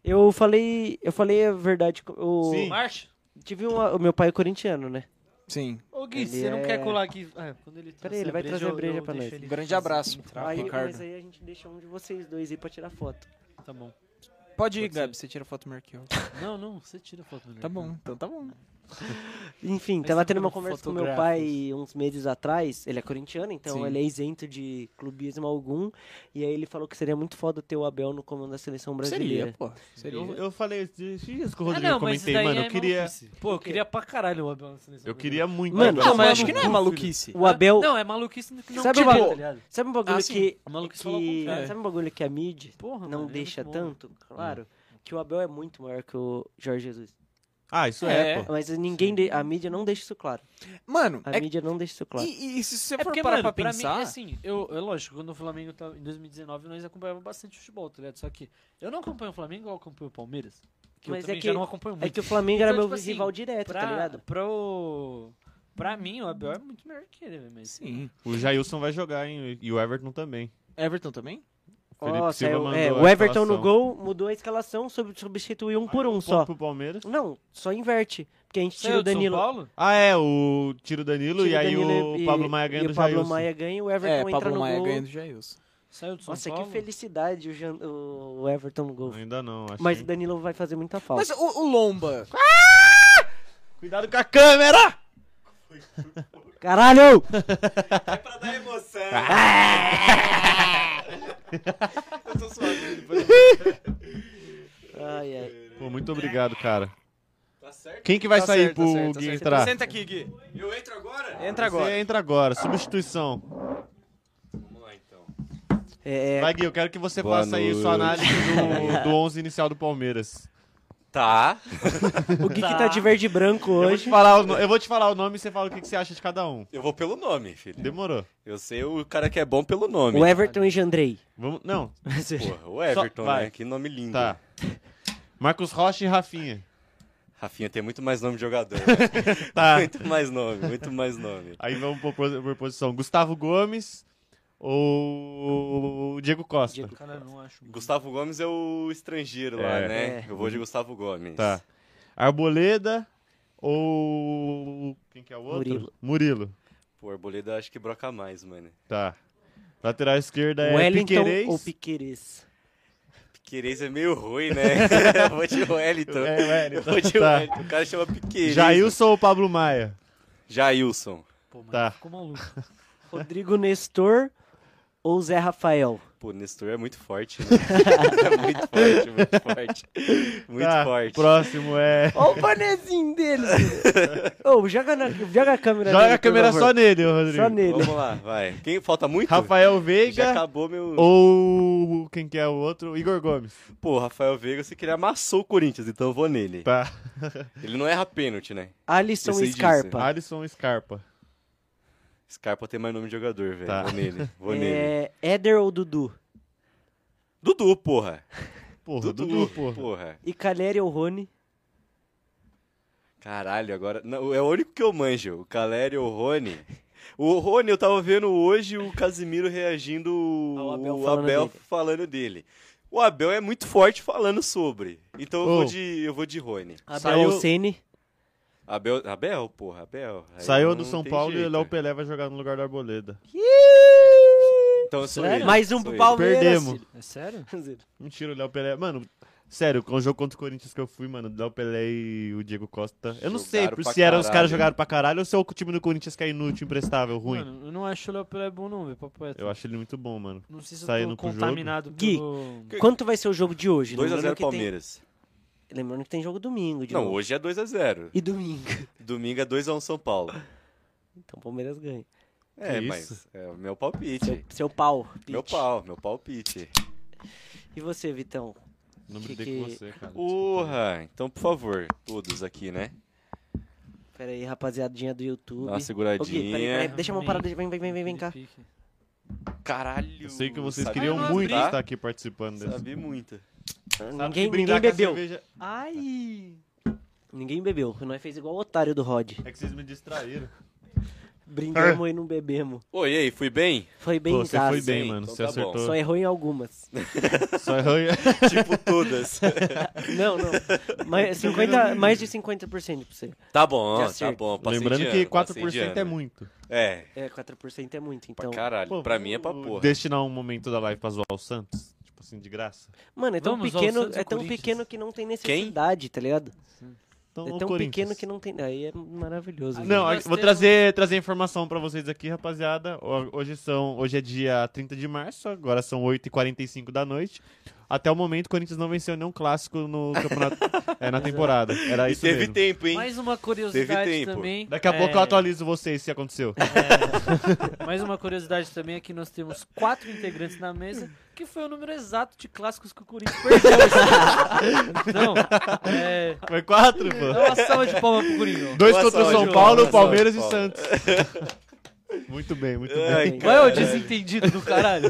C: eu falei. Eu falei a verdade. Eu
B: Sim.
A: Marcha.
C: tive uma- o meu pai é corintiano, né?
D: Sim.
A: Ô, Gui,
C: Ele
A: você não
C: é-
A: quer colar aqui? Ah, quando ele
C: Peraí, ele vai trazer a breja pra nós.
D: Um grande abraço.
B: Tá,
A: Entrar,
C: aí,
D: Ricardo.
C: mas aí a gente deixa um de vocês dois aí pra tirar foto.
A: Tá bom.
D: Pode ir,
A: Pode ser.
D: Gabi, você tira foto do Marquinhos.
A: Não, não, você tira a foto melhor.
D: Tá bom, então tá bom.
C: Enfim,
A: Mas
C: tava
A: são
C: tendo uma
A: todos
C: conversa com meu
A: fotógrafos.
C: pai uns meses atrás. Ele é corintiano, então
D: Sim.
C: ele é isento de clubismo algum. E aí ele falou que seria muito foda ter o Abel no comando da seleção brasileira.
D: Seria, pô. Seria.
B: Eu, eu falei esses dias que o
A: Ah,
B: Rodrigo
A: não, mas isso
B: comentei,
A: daí
B: mano.
A: é
B: Eu queria.
A: maluquice. Pô, eu queria pra caralho o Abel na seleção.
B: Eu queria muito.
C: Mano,
D: Não,
B: Agora,
D: mas
A: Tomar
D: acho que
A: no
D: não é
A: cu,
D: maluquice.
C: O Abel.
A: Não, é maluquice que não
C: Sabe
A: tinha,
C: uma-
A: tá ligado?
C: Sabe um bagulho
D: Ah, sim.
C: que.
A: O maluco que
C: que-
A: falou o contrário.
C: Sabe um bagulho que a mídia
A: Porra,
C: não
A: mano, ele é
C: deixa
A: muito bom.
C: tanto? Claro. Que o Abel é muito maior que o Jorge Jesus.
B: Ah, isso é,
D: É.
B: pô.
C: Mas ninguém. de- A mídia não deixa isso claro.
D: Mano,
C: A
D: é...
C: mídia não deixa isso claro.
D: e, e se você
A: É
D: for
A: porque,
D: parar
A: mano,
D: pra pensar.
A: pra mim, assim, eu, é lógico, quando o Flamengo tava, em 2019, nós acompanhávamos bastante futebol, tá ligado? Só que eu não acompanho o Flamengo igual eu acompanho o Palmeiras. Que
C: Mas
A: eu
C: é
A: também
C: que-
A: já não acompanho
C: É
A: muito.
C: que o Flamengo era
A: Então,
C: meu
A: tipo assim,
C: rival direto,
A: pra,
C: tá ligado?
A: pro- pra mim, o Abel é muito melhor que ele, velho, mas...
D: Sim.
B: O Jailson vai jogar, hein? E o Everton também.
D: Everton também?
B: O Felipe
C: Nossa,
B: Silva
C: é,
B: mandou
C: é,
B: a
C: o Everton no
B: escalação.
C: gol mudou a escalação, sub- substituiu um por um
B: Ponto
C: só.
B: pro Palmeiras.
C: Não, só inverte. Porque a gente tira
A: Saiu
C: o
A: de São
C: Danilo.
A: Paulo?
B: Ah, é, o tiro Danilo
C: tira
B: e aí
C: Danilo
B: o Pablo Maia é
C: e
B: ganha do
C: o Pablo
B: Jailson.
C: Maia ganha, o Everton
D: é,
C: entra
D: Pablo
C: no
D: Maia
C: gol.
D: ganha do Jailson.
A: Saiu do São
C: Nossa,
A: Paulo.
C: que felicidade o, Jan- o Everton no gol.
B: Ainda não, acho.
C: Mas o
B: hein?
C: Danilo vai fazer muita falta.
D: Mas o, o Lomba.
B: Cuidado com a câmera!
C: Caralho!
D: É pra dar emoção. Eu tô suave.
C: Ai, ai.
B: Pô, muito obrigado, cara.
D: Tá certo?
B: Quem que vai
D: Tá
B: sair
D: certo, tá
B: pro
D: certo, tá
B: Gui
D: certo.
B: entrar?
D: Senta aqui, Gui. Eu entro agora? Entra
B: Você
D: agora.
B: entra agora, substituição.
D: Vamos lá, então.
C: É,
B: Vai, Gui, eu quero que você
E: Boa
B: faça aí sua
E: noite.
B: análise do, do 11 inicial do Palmeiras.
E: Tá.
C: o Gui que tá de verde e branco
B: Eu vou, te
C: hoje.
B: falar o, no- eu vou te falar o nome e você fala o que, que você acha de cada um.
E: Eu vou pelo nome, filho.
B: Demorou.
E: Eu sei o cara que é bom pelo nome.
C: O Everton e Jandrei.
B: Vamos, não,
E: Porra, o Everton,
B: Só- vai.
E: né? Que nome lindo.
B: tá. Marcos Rocha e Rafinha.
E: Rafinha tem muito mais nome de jogador. né?
B: Tá.
E: muito mais nome, muito mais nome.
B: Aí vamos por, pro- por posição. Gustavo Gomes ou Diego Costa?
C: Diego.
A: Cara, eu não acho.
E: Gustavo Gomes é o estrangeiro lá,
B: É.
E: né?
C: É.
E: Eu vou de Gustavo Gomes.
B: Tá. Arboleda ou... Quem que é o outro?
C: Murilo.
B: Murilo.
E: Pô, Arboleda acho que broca mais, mano.
B: Tá. Lateral esquerda é
C: Wellington
B: Piquerez.
C: ou Piqueires?
E: Piqueires é meio ruim, né? Eu vou de Wellington.
B: É, Wellington,
E: Eu vou de
B: tá.
E: Wellington. O cara chama Piqueires.
B: Jailson ou Pablo Maia?
E: Jailson.
A: Pô, mas
B: Tá.
A: ficou maluco.
C: Rodrigo Nestor ou Zé Rafael?
E: Pô, Nestor é muito forte, né? é muito forte, muito forte. Muito
B: Tá,
E: forte.
B: Próximo é.
C: Olha o bonezinho dele! Ô, joga, na- joga a câmera
B: Joga
C: nele,
B: a
C: por
B: câmera
C: favor.
B: só nele, ô, Rodrigo.
C: Só nele.
E: Vamos lá, vai. Quem falta muito?
B: Rafael
E: Já
B: Veiga
E: acabou meu.
B: ou quem que é o outro? Igor Gomes.
E: Pô, Rafael Veiga, você queria amassou o Corinthians, então eu vou nele.
B: Tá.
E: Ele não erra pênalti, né? Eu
C: Alisson
E: sei
C: e
E: disso.
C: Scarpa.
B: Alisson Scarpa.
E: Scarpa tem mais nome de jogador, velho.
B: Tá.
E: Vou nele. Vou nele.
C: É, Éder ou Dudu?
E: Dudu, porra.
B: Porra, Dudu, porra.
C: E Caleri ou Rony?
E: Caralho, agora. Não, é o único que eu manjo. O Caleri ou o Rony. O Rony, eu tava vendo hoje o Casimiro reagindo
B: Ah,
C: Ao
E: o
C: Abel
E: Abel,
C: falando dele.
E: falando dele. O Abel é muito forte falando sobre. Então eu,
B: Oh.
E: vou, de, eu vou de Rony.
C: Abel
B: Saiu-
C: ou Sene?
E: Abel, Abel porra, Abel. Aí
B: Saiu do
E: não
B: São
E: tem
B: Paulo e
E: jeito. é.
B: o Léo Pelé vai jogar no lugar do Arboleda.
E: Então eu sou
A: Sério?
E: ele.
C: Mais um
E: sou
C: pro
E: ele.
C: Palmeiras.
B: Perdemos.
A: É sério?
B: Mentira, o Léo Pelé. Mano, sério, com o jogo contra o Corinthians que eu fui, mano, o Léo Pelé e o Diego Costa. Eu não sei
E: Jogaram
B: por
E: pra
B: se eram os
E: caralho.
B: caras jogaram pra caralho ou se é o time do Corinthians que é inútil, imprestável, ruim.
A: Mano, eu não acho o Léo Pelé bom, não, velho. Papo reto.
B: Eu acho ele muito bom, mano.
A: Não sei se eu
B: Saindo
A: tô
B: pro jogo.
A: contaminado
C: Gui.
A: pelo...
C: Quanto vai ser o jogo de hoje?
E: 2x0
C: Lembrando que tem-
E: Palmeiras.
C: Lembrando que tem jogo domingo. De
E: Não,
C: novo.
E: hoje é 2x0.
C: E domingo.
E: Domingo é 2x1 São Paulo.
C: Então o Palmeiras ganha.
E: É,
B: Que
E: mas
B: isso?
E: é o meu palpite.
C: Seu, seu pau. Pete.
E: Meu pau, meu palpite.
C: E você, Vitão?
B: Não
C: Que
B: briguei com
C: que-
B: você, cara.
E: Porra! Então, por favor, todos aqui, né?
C: Pera aí, rapaziadinha do YouTube.
E: Dá uma
C: Ô, Gui, peraí,
E: seguradinha.
C: peraí, deixa uma parada. Vem, vem, vem, vem, vem cá.
A: Aquele pique.
E: Caralho!
B: Eu sei que vocês
E: sabe Tá?
B: queriam
A: Ah,
B: muito
A: briga.
B: estar aqui né? participando desse.
E: Sabe muito.
B: Sabe que
C: Ninguém,
B: brindar
C: ninguém
B: com a
C: bebeu.
B: cerveja-
A: Ai!
C: Ninguém bebeu. Nós fez igual o otário do Rod.
B: É que vocês me distraíram.
C: Brindamos e não bebemos.
E: Oi, e aí, fui bem?
C: Foi bem
B: É. Pô, você
C: zaço.
B: foi bem, né?
E: sim.
B: mano.
E: Então
B: você
E: tá bom.
B: acertou.
C: Só errou em algumas.
B: Só errou.
E: tipo todas.
C: não, não. Mais, 50, mais de 50% pra você.
E: tá bom,
C: Já
E: tá
C: acerto.
E: bom. Passei
B: Lembrando
E: de
B: que
E: ano, passei
B: 4%
E: de
B: é
E: ano.
B: muito.
E: É,
C: É, 4% é muito,
E: pra
C: então.
E: caralho.
B: Pô,
E: pra mim é pra
B: vamos
E: porra.
B: Destinar um momento da live pra zoar o Santos? Tipo assim, de graça.
C: Mano, é tão
A: Vamos ao
C: pequeno,
A: Santos
C: é
A: ou
C: tão
A: Corinthians?
C: pequeno que não tem necessidade, tá ligado?
B: Então,
C: É
B: o
C: tão
B: Corinthians.
C: pequeno que não tem. Aí é maravilhoso.
B: Ah,
C: né?
B: Não,
A: Nós
B: aí, vou
A: temos-
B: trazer, trazer informação pra vocês aqui, rapaziada. Ho- Hoje, são, hoje é dia 30 de março, agora são 8h45 da noite. Até o momento, o Corinthians não venceu nenhum clássico no campeonato, é, na temporada. Era
E: E
B: isso
E: teve
B: mesmo.
E: tempo, hein?
A: Mais uma curiosidade
E: tempo.
A: também.
B: Daqui a
A: é,
B: pouco eu atualizo vocês se aconteceu.
A: Mais uma curiosidade também é que nós temos quatro integrantes na mesa, que foi o número exato de clássicos que o Corinthians perdeu. então, é,
B: Foi quatro,
A: é
B: pô.
A: uma salva de palmas pro Corinho.
B: Dois
E: Boa
B: contra o
E: sorte,
B: São
A: João.
B: Paulo,
E: Boa
B: Palmeiras e
E: sorte, Paulo. É,
B: Santos. Muito bem, muito
E: Ai,
B: bem.
A: Vai o
E: caralho.
A: desentendido do caralho.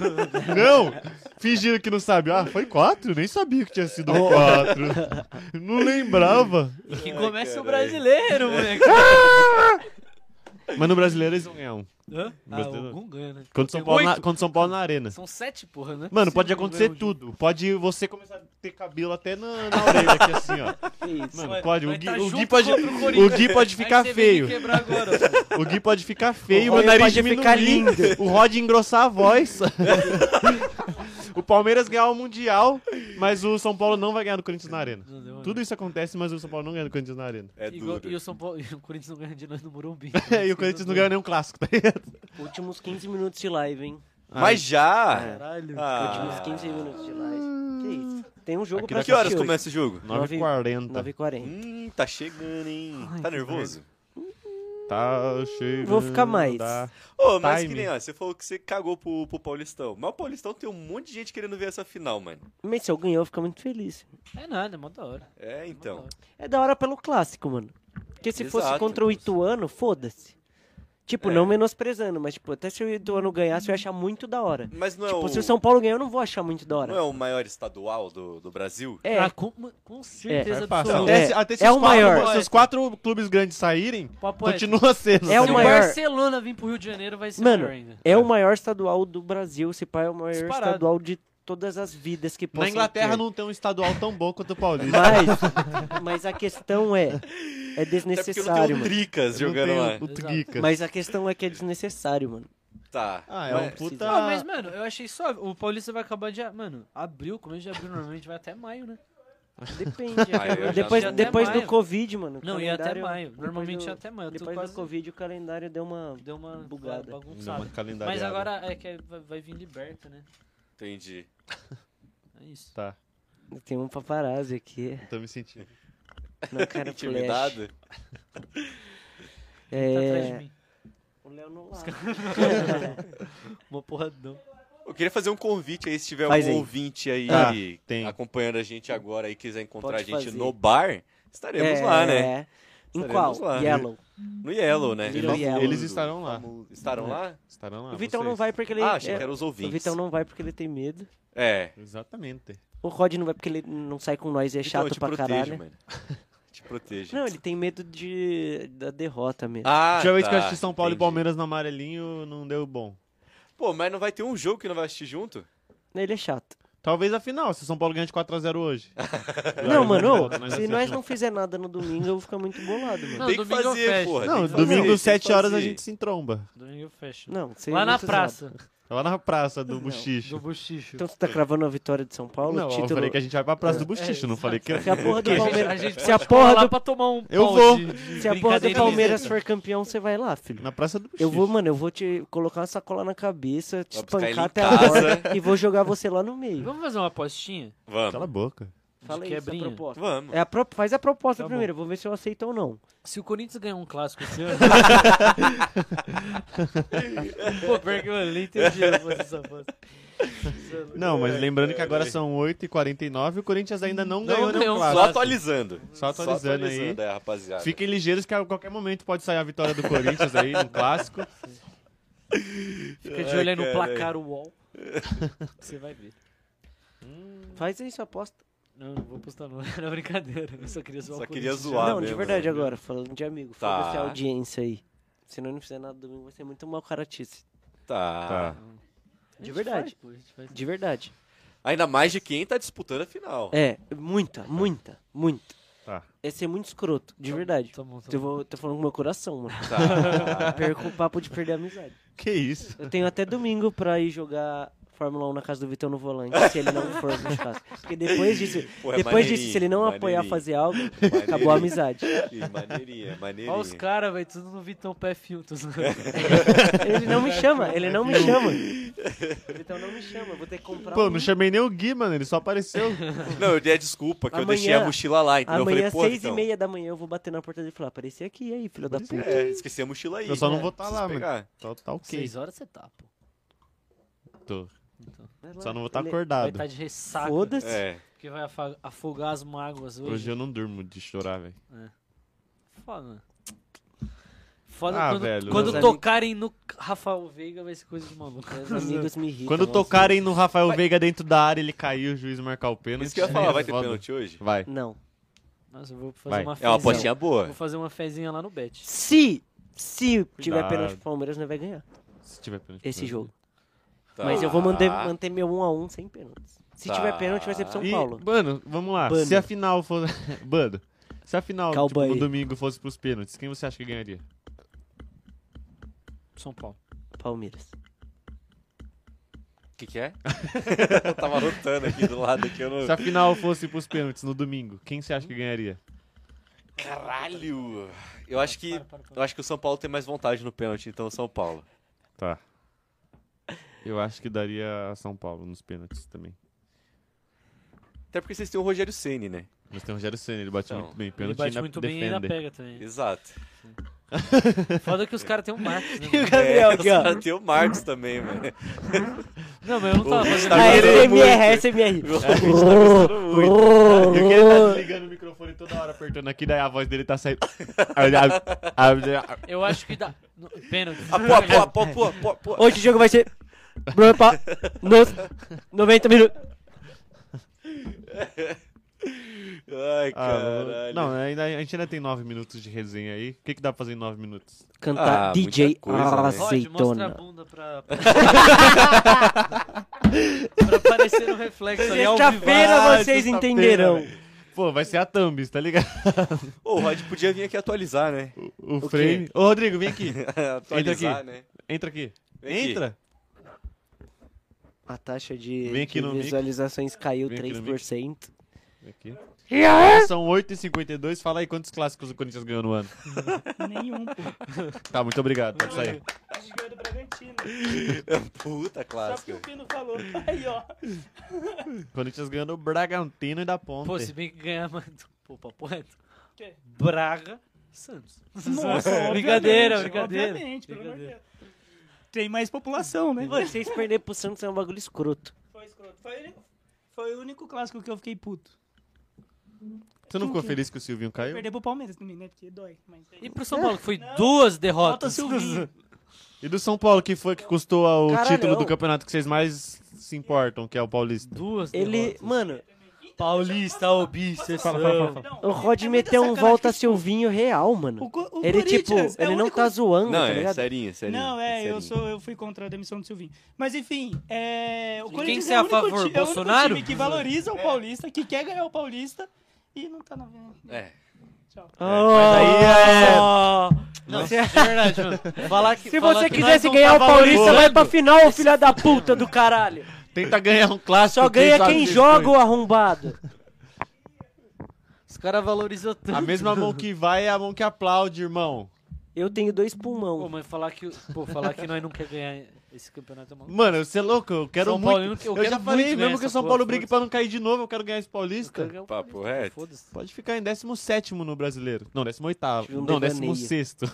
B: Não! Fingiram que não sabe. Ah, foi quatro? Nem sabia que tinha sido quatro. Não lembrava.
A: Que comece o
E: caralho.
A: brasileiro, moleque.
B: Mas no brasileiro eles vão ganhar um.
A: Hã? Ah,
B: Brasileiro.
A: algum ganha, né?
B: Contra o São
A: Tem
B: Paulo, na,
A: oito?
B: contra o São Paulo na arena.
A: São sete, porra, né?
B: Mano, pode acontecer tudo. Pode você começar a ter cabelo até na, na orelha aqui, assim, ó.
C: Que isso.
B: Mano, pode. O
A: vai
B: Gui,
A: tá
B: o Gui
A: junto
B: pode,
A: contra o
B: o
A: Corinthians.
B: Gui pode ficar feio.
A: quebrar agora, ó.
B: O Gui pode ficar feio,
C: O
B: meu
C: Roy
B: nariz
C: pode
B: diminuir.
C: ficar lindo.
B: O Rod engrossar a voz. O Palmeiras ganhar o Mundial, mas o São Paulo não vai ganhar do Corinthians na Arena.
A: Não deu, né?
B: Tudo isso acontece, mas o São Paulo não ganha do Corinthians na Arena.
E: É
A: E go-
E: duro.
A: E o São Paulo, e o Corinthians não ganha de nós no Morumbi.
B: e o Corinthians não ganha nenhum clássico, tá ligado?
C: Últimos 15 minutos de live, hein?
E: Mas já!
A: Caralho.
E: Ah.
C: Últimos 15 minutos de live. Que isso? Tem um jogo
B: Aqui
C: pra
B: nós-
E: Que horas
C: assistir hoje.
E: começa o jogo?
B: 9h40.
C: 9h40.
E: Hum, tá chegando, hein?
A: Ai,
E: tá
A: que
E: nervoso?
B: Tá cheio.
C: Vou ficar mais.
B: da-
E: Ô, mas que
B: Time.
E: nem, ó, você falou que você cagou pro, pro Paulistão. Mas o Paulistão tem um monte de gente querendo ver essa final, mano.
C: Mas se eu ganhar, eu vou ficar muito feliz.
A: É nada, é mó da hora.
E: É, então.
C: É da hora pelo clássico, mano. Porque se fosse
E: Exato.
C: contra o Ituano, foda-se. Tipo,
E: É.
C: não menosprezando, mas tipo, até se o Ituano ganhasse, eu ia achar muito da hora.
E: Mas não é,
C: Tipo,
E: o,
C: se o São Paulo ganhar, eu não vou achar muito da
E: não é
C: hora.
E: o maior estadual do, do Brasil?
C: É,
A: Ah, com, com certeza
B: Vai fácil.
A: absoluta.
B: Até,
C: É,
B: se- até se
C: é
B: os
C: o
B: quatro-
C: maior.
B: Se os quatro clubes grandes saírem,
A: Papo é,
B: continua sendo.
C: É
A: se
B: tá
C: o
A: o
B: ligado?
C: maior.
A: Barcelona vir pro Rio de Janeiro vai ser
C: Mano,
A: maior ainda.
C: é o maior estadual do Brasil. Esse pai é o maior
A: Disparado.
C: estadual de todas as vidas que possam
B: Na Inglaterra
C: ter.
B: não tem um estadual tão bom quanto o Paulista.
C: Mas, mas a questão é, é
E: Até porque não tem
C: desnecessário,
E: o
C: mano.
E: Tricas
B: Não
E: jogando
B: tem
E: lá.
B: o- o Tricas.
C: Mas a questão é que é desnecessário, mano.
E: Tá.
B: Ah, é
E: mas-
B: um puta.
A: Ah, mas, mano, eu achei só. O Paulista vai acabar de. Mano, abril, começo de abril normalmente vai até maio, né?
C: Depende.
E: Ah, eu já
C: depois
E: não-
C: depois
A: Até
C: do
A: maio.
C: Covid, mano. o
A: Não, ia até
C: calendário-
A: maio.
C: depois
A: Normalmente
C: do-
A: ia até maio. Eu tô
C: Depois do
A: quase.
C: Covid, o calendário deu uma...
A: Deu uma
C: Bugada.
B: Dá uma
A: bagunçada.
B: calendariada.
A: Mas agora é que é- vai, vai vir liberta, né?
C: um
E: Entendi.
A: É isso.
B: Tá,
C: Tem um paparazzi aqui.
B: eu tô me sentindo.
C: Não quero flash.
E: Intimidado?
A: Tá
C: É,
A: atrás de mim.
C: O Léo não lá.
A: Uma porradão.
E: Eu queria fazer um convite aí, se tiver
C: Faz
E: algum
C: aí. Ah,
E: ouvinte aí
B: Tá,
E: que-
B: tem.
E: acompanhando a gente agora e quiser encontrar
C: Pode
E: a gente
C: fazer.
E: no bar, estaremos
C: É,
E: lá, né?
C: Em
E: Estaremos
C: qual?
E: lá.
C: Yellow.
E: No Yellow, né?
C: Little Yellow.
B: Eles estarão lá.
E: Estarão lá?
B: Estarão lá.
C: o Vitão não
B: vocês.
C: vai porque ele...
E: Ah, achei
C: é,
E: que eram os
C: o
E: ouvintes.
C: Vitão não vai porque ele tem medo.
E: É.
B: Exatamente.
C: O Rod não vai porque ele não sai com nós e é
E: Então, eu
C: chato
E: te
C: pra
E: protejo,
C: caralho.
E: mano. Te protejo.
C: Não, ele tem medo de da derrota mesmo.
E: Ah,
B: Última vez
E: tá,
B: que eu assisti São Paulo
E: entendi.
B: e Palmeiras no amarelinho, não deu bom.
E: Pô, mas não vai ter um jogo que não vai assistir junto?
C: Ele é chato.
B: Talvez a final, se o São Paulo ganhar de 4x0 hoje.
C: não, mano,
B: volta, nós é
C: se
B: assistimos.
C: nós não fizer nada no domingo, eu vou ficar muito bolado, mano.
A: Não,
E: tem que
A: domingo é eu
E: fazer,
A: fecho.
E: porra.
B: Não,
E: tem que fazer, tem
B: domingo,
E: que
B: 7 horas, a
E: fazer.
B: gente se entromba.
A: Domingo fecha.
C: Não, você
A: Lá na
C: não tá zoado.
A: praça.
B: Tá lá na praça do
C: Não,
B: Buchicho.
A: Do bochicho.
C: Então você tá cravando a vitória de São Paulo?
B: Não,
C: título... É,
B: eu falei que a gente vai pra praça do Buchicho, não falei que...
C: Se a porra do
A: A gente- a
C: Palmeiras,
A: gente
C: se a
A: pode
C: porra
A: colar
C: do-
A: pra tomar um
B: Eu
A: pau
B: vou.
A: de- de
C: se a porra do
A: brincadeira
C: Palmeiras
A: isenta.
C: for campeão, você vai lá, filho.
B: Na praça do Buchicho.
C: Eu vou, mano, eu vou te colocar uma sacola na cabeça, te
E: Vai buscar ele
C: espancar
E: em
C: até a
E: casa.
C: porta e vou jogar você lá no meio.
A: Vamos fazer uma apostinha?
E: Vamos.
B: Cala a boca.
C: Fala aí, essa
A: quebrinha.
C: proposta.
E: Vamos.
C: É a pro- Faz a proposta
A: Tá bom.
C: primeiro, eu vou ver se eu aceito ou não.
A: Se o Corinthians ganhar um clássico esse ano. Pô, pior que eu nem entendi a voz dessa voz.
B: Não,
C: É.
B: mas lembrando que agora são 8h49 e o Corinthians ainda não,
A: Não
B: ganhou
A: ganhou
B: nenhum
A: um
E: Só
B: clássico.
E: atualizando.
B: Só atualizando aí.
E: atualizando, é, rapaziada.
B: Fiquem ligeiros que a qualquer momento pode sair a vitória do Corinthians aí no clássico.
A: Fica de olho aí no
E: Ai, caralho.
A: placar wall.
E: é.
A: Você vai ver.
C: Faz aí sua aposta.
A: Não, não vou postar não. Era brincadeira. Eu só queria zoar
E: Só
A: o
E: queria
A: Corinthians.
E: zoar
C: não, de
E: mesmo,
C: verdade
E: né?
C: agora, falando de amigo.
E: Tá.
C: Foda-se a audiência aí. Se nós não fizer nada domingo, vai ser muito mal caratice.
E: Tá.
B: Tá.
A: A
C: De
A: gente
C: verdade.
A: faz, pô, a gente faz.
C: De verdade.
E: Ainda mais de quem tá disputando a final.
C: É, muita, muita, muita.
B: Tá.
C: É ser muito escroto, de verdade.
A: Tá bom, tá
C: Eu
A: bom.
C: vou, tô falando com meu coração, mano.
E: Tá.
C: Perco o papo de perder a amizade.
B: Que isso?
C: Eu tenho até domingo pra ir jogar Fórmula 1 na casa do Vitão no volante, se ele não for no churrasco. Porque depois disso,
E: Pô, é
C: depois disso, se ele não
E: maneirinho,
C: apoiar
E: maneirinho. é
C: fazer algo,
E: Maneirinho.
C: acabou a amizade.
E: Que maneirinha, maneirinha.
A: Olha os caras, velho, tudo no Vitão PF1. tô zoando.
C: Ele não me chama, ele não me chama. O Vitão não me chama, eu vou ter que comprar
B: Pô,
C: um.
B: não chamei nem o Gui, mano, ele só apareceu.
E: Não, eu dei a desculpa que eu
C: Amanhã-
E: deixei a mochila lá, entendeu?
C: Amanhã,
E: eu falei, então, pô,
C: seis e
E: Vitão,
C: meia da manhã, eu vou bater na porta dele e falar, apareci aqui, e aí, filho da puta.
E: É, esqueci a mochila aí.
B: Eu só não
E: É,
B: vou tá
E: preciso
B: lá,
E: pegar.
B: Tá, tá ok.
A: Seis horas você tá, pô.
B: Tô.
A: Então,
C: Vai lá.
B: Só não vou tá estar
C: Ele- tá
A: vai
B: acordado.
A: estar de ressaca.
C: Foda-se.
E: É.
A: Porque vai afa- afogar as mágoas hoje.
B: Hoje eu não durmo de chorar, velho.
A: Foda. Foda
B: Ah,
A: quando,
B: velho,
A: quando
C: meus
A: tocarem no Rafael Veiga vai ser coisa de maluco.
C: Meus amigos me irritam.
B: Quando
C: às
B: tocarem no Rafael Veiga dentro da área, ele caiu, o juiz marcar o pênalti. é
E: Isso que eu ia falar, vai ter
B: Foda.
E: pênalti hoje?
B: Vai.
C: vezes. Não.
A: Nossa, eu vou fazer
B: Vai.
A: uma
E: É
A: fezinha.
E: uma apostinha boa.
A: Vou fazer uma fezinha lá no Bet.
C: Se, se tiver
B: Cuidado.
C: pênalti pro Palmeiras, não vai ganhar
B: Se tiver pênalti.
C: esse
B: vai.
C: jogo.
E: Hum, Tá.
C: Mas eu vou manter, manter meu 1 a 1 sem pênaltis. Se
E: Tá.
C: tiver pênalti, vai ser pro São
B: E,
C: Paulo.
B: Mano, vamos lá.
C: Bano.
B: Se a final fosse. Bando. Se a final
C: Calma
B: tipo, no
C: aí.
B: domingo fosse pros pênaltis, quem você acha que ganharia?
A: São Paulo.
C: Palmeiras.
E: que, que é? eu tava rotando aqui do lado que eu não.
B: Se a final fosse pros pênaltis no domingo, quem você acha que ganharia?
E: Caralho! Eu acho que. Eu acho que o São Paulo tem mais vontade no pênalti, então São Paulo.
B: Tá. Eu acho que daria São Paulo nos pênaltis também.
E: Até porque vocês têm o Rogério Ceni, né?
B: Mas tem o Rogério Senna, ele bate
E: Então,
B: muito bem.
A: Ele
B: Pênalti
A: bate
B: ainda
A: muito
B: defende.
A: bem e ainda pega também.
E: Exato.
A: Foda que os caras têm um Marcos, né?
E: E
A: mano?
E: o Gabriel aqui, ó. É, Tem o Marcos também, mano.
A: Não, mas eu não tava
E: O
A: fazendo
E: Tá
C: Ah,
A: isso.
E: Gustavo- gostando
C: SMR, SMR.
E: muito.
B: Tá E o que ele tá desligando o microfone toda hora, apertando aqui, daí a voz dele tá saindo.
A: Eu acho que dá. No- Pênalti.
E: Ah, pô, pô, pô, pô, pô, pô.
C: Hoje o jogo vai ser. Bruno Pa- no- 90 minutos.
E: Ai, caralho.
B: Ah, não, ainda, a gente ainda tem nove minutos de resenha aí. O que, que dá pra fazer em nove minutos?
C: Cantar
E: Ah,
C: DJ
E: muita coisa, né?
A: Rod, mostra a
C: Azeitona.
A: bunda pra. pra aparecer no reflexo ali é ao vivo. Ah,
B: Ah,
C: Sexta-feira vocês
B: sexta-feira,
C: entenderão.
B: velho. Pô, vai ser a Thumbs, tá ligado?
E: Ô, o Rod podia vir aqui atualizar, né?
B: O,
E: quê?
B: frame. Ô, Rodrigo, vem aqui.
E: atualizar,
B: aqui.
E: né?
B: Entra aqui.
E: Vem aqui.
B: Entra.
C: A taxa de,
B: Vem aqui
C: de
B: no mic.
C: visualizações caiu
B: Vem aqui no mic.
C: 3%.
B: Vem aqui. São 8h52. Fala aí quantos clássicos o Corinthians ganhou no ano.
F: Nenhum, pô.
B: Tá, muito obrigado. Pode sair.
F: A gente ganhou do Bragantino.
E: Puta
F: Só porque
E: clássica.
F: o Pino falou. Aí, ó.
B: Corinthians ganhou do Bragantino e da Ponte.
A: Pô, se bem que ganhar, mano. Pô, papo reto.
F: Quê?
A: Braga Santos.
F: Nossa,
A: Brincadeira,
F: obviamente,
A: brincadeira.
F: Obviamente, pelo amor de
A: Brincadeira.
F: Deus. Tem mais população, né?
C: Vocês perderem pro Santos é um bagulho escroto.
F: Foi escroto. Foi, foi o único clássico que eu fiquei puto.
B: Você não ficou feliz que o Silvinho caiu?
F: Perder pro Palmeiras também, né? Porque dói. Mas...
A: E pro São Paulo, que foi duas
F: Falta
A: derrotas.
F: Silvinho.
B: E do São Paulo, que foi que custou o
C: Caralhão.
B: título do campeonato que vocês mais se importam, que é o Paulista?
A: Duas
C: Ele,
A: derrotas.
C: mano,
A: Paulista, obsessão.
F: Não,
C: o Rod
F: é muita
C: meteu um
F: sacanagem
C: volta
F: que-
C: Silvinho real, mano.
F: O, co- o
C: Ele, tipo,
F: Corinthians é
C: ele
F: o
C: não
F: único-
C: tá zoando,
E: Não,
C: tá
E: é
C: ligado?
E: serinho, serinho.
F: Não, é, eu,
E: serinho.
F: sou, eu fui contra a demissão do Silvinho. Mas enfim, é, o
A: E
F: Corinthians
A: quem que
F: é,
A: é a
F: o único
A: favor,
F: ti- é o único
A: Bolsonaro? É.
F: time que valoriza o Paulista, que quer ganhar o Paulista e não tá na.
E: É.
F: Tchau.
C: Ah.
A: é.
C: Oh,
A: Não, é verdade, mano. Falar que,
C: Se
A: falar
C: você
A: que nós
C: quisesse
A: não
C: ganhar o
A: tá
C: Paulista, vai
A: valorizando.
C: pra final, filha da puta do caralho.
B: Tenta ganhar um clássico.
C: Só
B: que
C: ganha
B: sabe
C: quem
B: que
C: joga
B: foi.
C: o arrombado.
A: Os caras valorizam tanto.
B: A mesma mão que vai é a mão que aplaude, irmão.
C: Eu tenho dois
A: Pô,
C: pulmão.
A: mas falar que, pô, falar que nós não quer ganhar esse campeonato é maluco.
B: Mano, você é louco, eu quero
A: São
B: muito.
A: Paulino que- eu
B: eu
A: quero
B: já falei,
A: muito ganhar
B: mesmo que o
A: essa
B: São
A: porra,
B: Paulo brigue
A: foda-se.
B: pra não cair de novo, eu quero ganhar esse Paulista.
E: Papo reto.
A: Foda-se.
B: Pode ficar em 17 no brasileiro. Não, 18.
C: Tive um
B: não,
C: devaneio.
B: 16.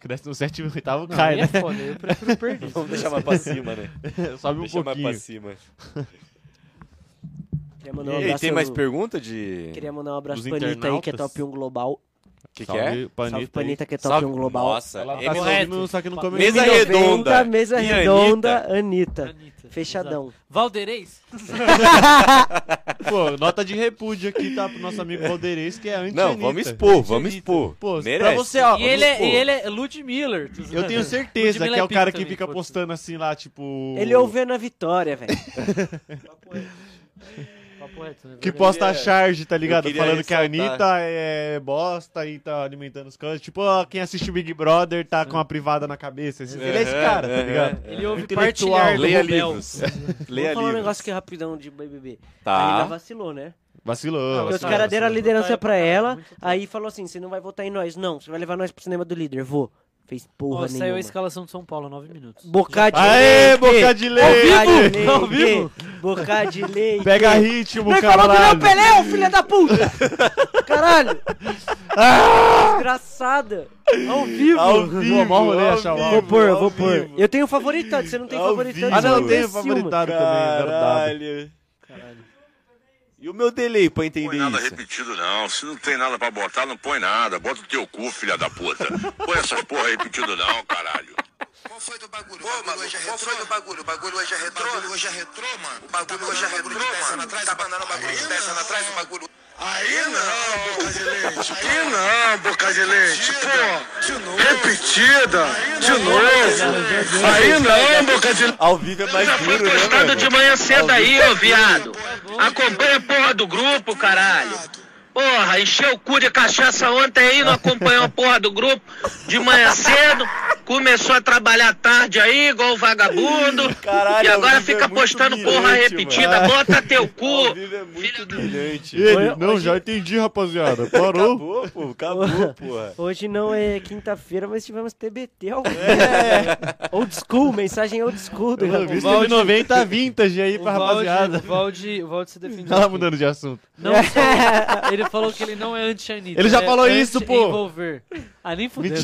B: Que 17 e 8
A: Não,
B: cai,
A: aí
B: né?
A: é foda, eu prefiro perder.
E: Vamos deixar mais pra cima, né?
B: Sobe um
E: Deixa mais pra
B: pouquinho.
E: cima.
C: Queria mandar um
E: E aí,
C: abraço.
E: tem mais
C: no-
E: pergunta de.
C: Queria mandar um abraço
B: Dos
C: pra Anitta aí, que é
B: internautas?
C: top 1 global.
E: Que que
B: Salve,
E: é?
B: Panita.
C: Salve pra
B: aí.
C: Anitta, que é top
E: Salve-
C: 1 global.
E: Nossa,
B: Ela tá
E: é
B: se
A: correto.
B: ouvindo, só que não come
E: Mesa
B: ninguém.
E: redonda.
C: Mesa
E: E
C: redonda, Anitta.
A: Anitta.
C: Fechadão.
A: Exato. Valdeirês?
B: Pô, nota de repúdio aqui, tá? Pro nosso amigo Valdeirês, que é anti
E: Não, vamos expor, vamos expor.
B: Pô, pra
E: Merece.
B: você, ó,
A: E
E: Vamos
A: ele, é,
E: expor.
A: e ele é Lud Miller.
B: Eu tenho certeza
A: Ludmilla
B: que é
A: é
B: o cara
A: pica
B: que
A: também,
B: fica
A: foda-se.
B: postando assim lá, tipo.
C: Ele ouviu na vitória, velho.
A: Papo reto, né?
B: Que
A: verdade?
B: posta a
E: queria-
B: charge, tá
E: eu
B: ligado?
E: queria
B: Falando que a
E: ressaltar.
B: Anitta é bosta e tá alimentando os caras. Tipo, ó, quem assiste o Big Brother tá com uma privada na cabeça. Esse- Ele é esse cara, tá
E: Aham,
B: ligado?
E: aham.
A: Ele ouve
B: Intelectual.
A: partilhar do
E: Leia
A: Rubel.
E: livros. Leia
C: Vamos falar um
E: livros.
C: negócio aqui rapidão de BBB. A Anitta
E: Tá.
C: vacilou, né?
B: Vacilou.
C: Porque os
A: vacilou,
B: vacilou.
C: caras deram a
A: vacilou.
C: liderança pra
A: Muito
C: ela,
A: otário.
C: aí falou assim, você não vai votar em nós. Não, você vai levar nós pro cinema do líder. Vou. Fez
A: Ó,
C: porra
A: saiu a
C: nenhuma.
A: escalação de São Paulo, nove minutos.
C: Boca de
B: Aê,
C: leite!
B: boca de
C: Boca de
B: leite!
C: leite!
A: Ao vivo?
C: Boca de leite!
B: Pega ritmo,
C: Não falou do Léo
B: caralho.
C: Pelé, ô filha da puta! Caralho!
B: Ah!
C: Desgraçada! Ao vivo!
B: Ao vivo,
C: Pô, mó rolê,
B: ao
C: achar o
B: vivo,
C: Vou pôr,
B: ao
C: vou pôr.
B: vivo.
C: Eu tenho um favoritado, você não tem
E: Ao
C: favoritado.
E: vivo.
B: Ah, não, eu tenho
C: imbecil,
B: favoritado também, é verdade.
E: Caralho. E o meu delay pra entender
G: põe nada
E: isso?
G: repetido, não. Se não tem nada pra botar, não põe nada. Bota o teu cu, filha da puta. Põe essas porra repetido, não, caralho.
H: Qual foi do bagulho? o bagulho hoje é retrô? Qual foi do bagulho? O bagulho hoje é retrô? O bagulho hoje é retrô, mano? O bagulho hoje é retrô, mano? Tá mandando atrás, tá mandando o bagulho de 10 anos atrás, o bagulho...
G: Aí não, boca de leite. Aí não, boca de leite. Pô, repetida. De novo. Aí não, boca de leite.
E: Ao vivo é mais duro, né, mano?
I: manhã cedo aí, ô viado. Acompanha a porra do grupo, caralho. Porra, encheu o cu de cachaça ontem aí, não acompanhou a porra do grupo de manhã cedo. começou a trabalhar tarde aí, igual o vagabundo.
E: Caralho,
I: e
E: ao
I: agora
E: vivo é
I: fica
E: muito
I: postando porra
E: humilhante,
I: repetida.
B: mano.
I: Bota teu
E: Ao
I: cu.
E: vivo é muito humilhante.
B: Ele, não, já entendi, rapaziada. Parou.
E: Acabou, pô. Acabou, porra.
C: Hoje não é quinta-feira, mas tivemos TBT ao vivo.
B: É.
C: Old school, mensagem old school do
B: Pelo
C: Ramon.
B: visto, teve 90 vintage aí
A: O
B: pra
A: Valdi-
B: rapaziada.
A: O Valdi, o Valdi se defendeu.
B: Tá lá
A: aqui.
B: mudando de assunto.
A: Não só- ele falou que ele não é anti-Anitta.
B: Ele já
A: é
B: falou isso, pô.
A: anti-envolver. Ah, nem fudendo.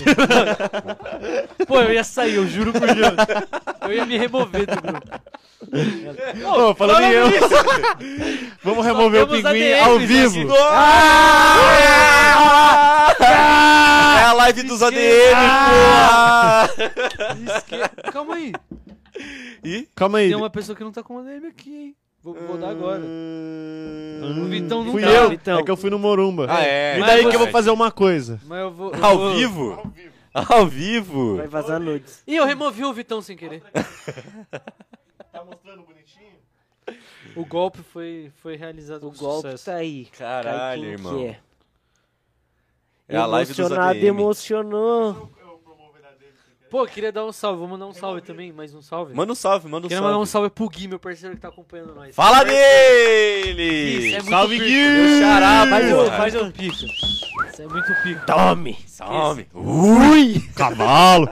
A: pô, eu ia sair, eu juro por Deus. Eu ia me remover do grupo.
B: Ô, falando em eu. Vamos remover o
A: temos
B: pinguim
A: ADMs
B: ao
A: aqui.
B: vivo.
E: É a live dos ADM, porra!
A: Esque- Calma aí.
B: Calma aí.
A: Tem uma pessoa que não tá com o ADM aqui, hein? Vou, vou dar agora.
B: Hum,
A: O Vitão não
B: fui
A: tá,
B: eu.
A: Vitão.
B: É que eu fui no Morumba.
E: Ah, é.
B: E
A: Mas
B: daí
A: você-
B: que eu vou fazer uma coisa.
A: Mas eu vou. eu
E: Ao
A: vou-
E: vivo? Ao vivo?
C: Vai vazar nudes.
A: Ih, eu removi o Vitão sem querer.
B: Tá mostrando bonitinho?
A: O golpe foi, foi realizado
C: O
A: com
C: golpe
A: sucesso.
C: tá aí.
E: Caralho,
C: Cai quem
E: irmão.
C: que
E: É.
C: é.
E: a live dos
C: Emocionado,
E: ADM.
C: emocionou.
A: Pô, queria dar um salve. Vou mandar um salve também, mais um salve.
E: Manda um salve, manda um
A: queria
E: salve.
A: mandar um salve pro Gui, meu parceiro que tá acompanhando nós.
E: Fala
A: Isso, é
E: dele!
A: muito
B: Salve,
A: pica.
B: Gui!
A: Meu xará, Faz o,
E: Porra.
A: faz o pico. Isso é muito pico.
C: Tá. Tome!
E: Salve! Uh,
B: Ui! Cavalo!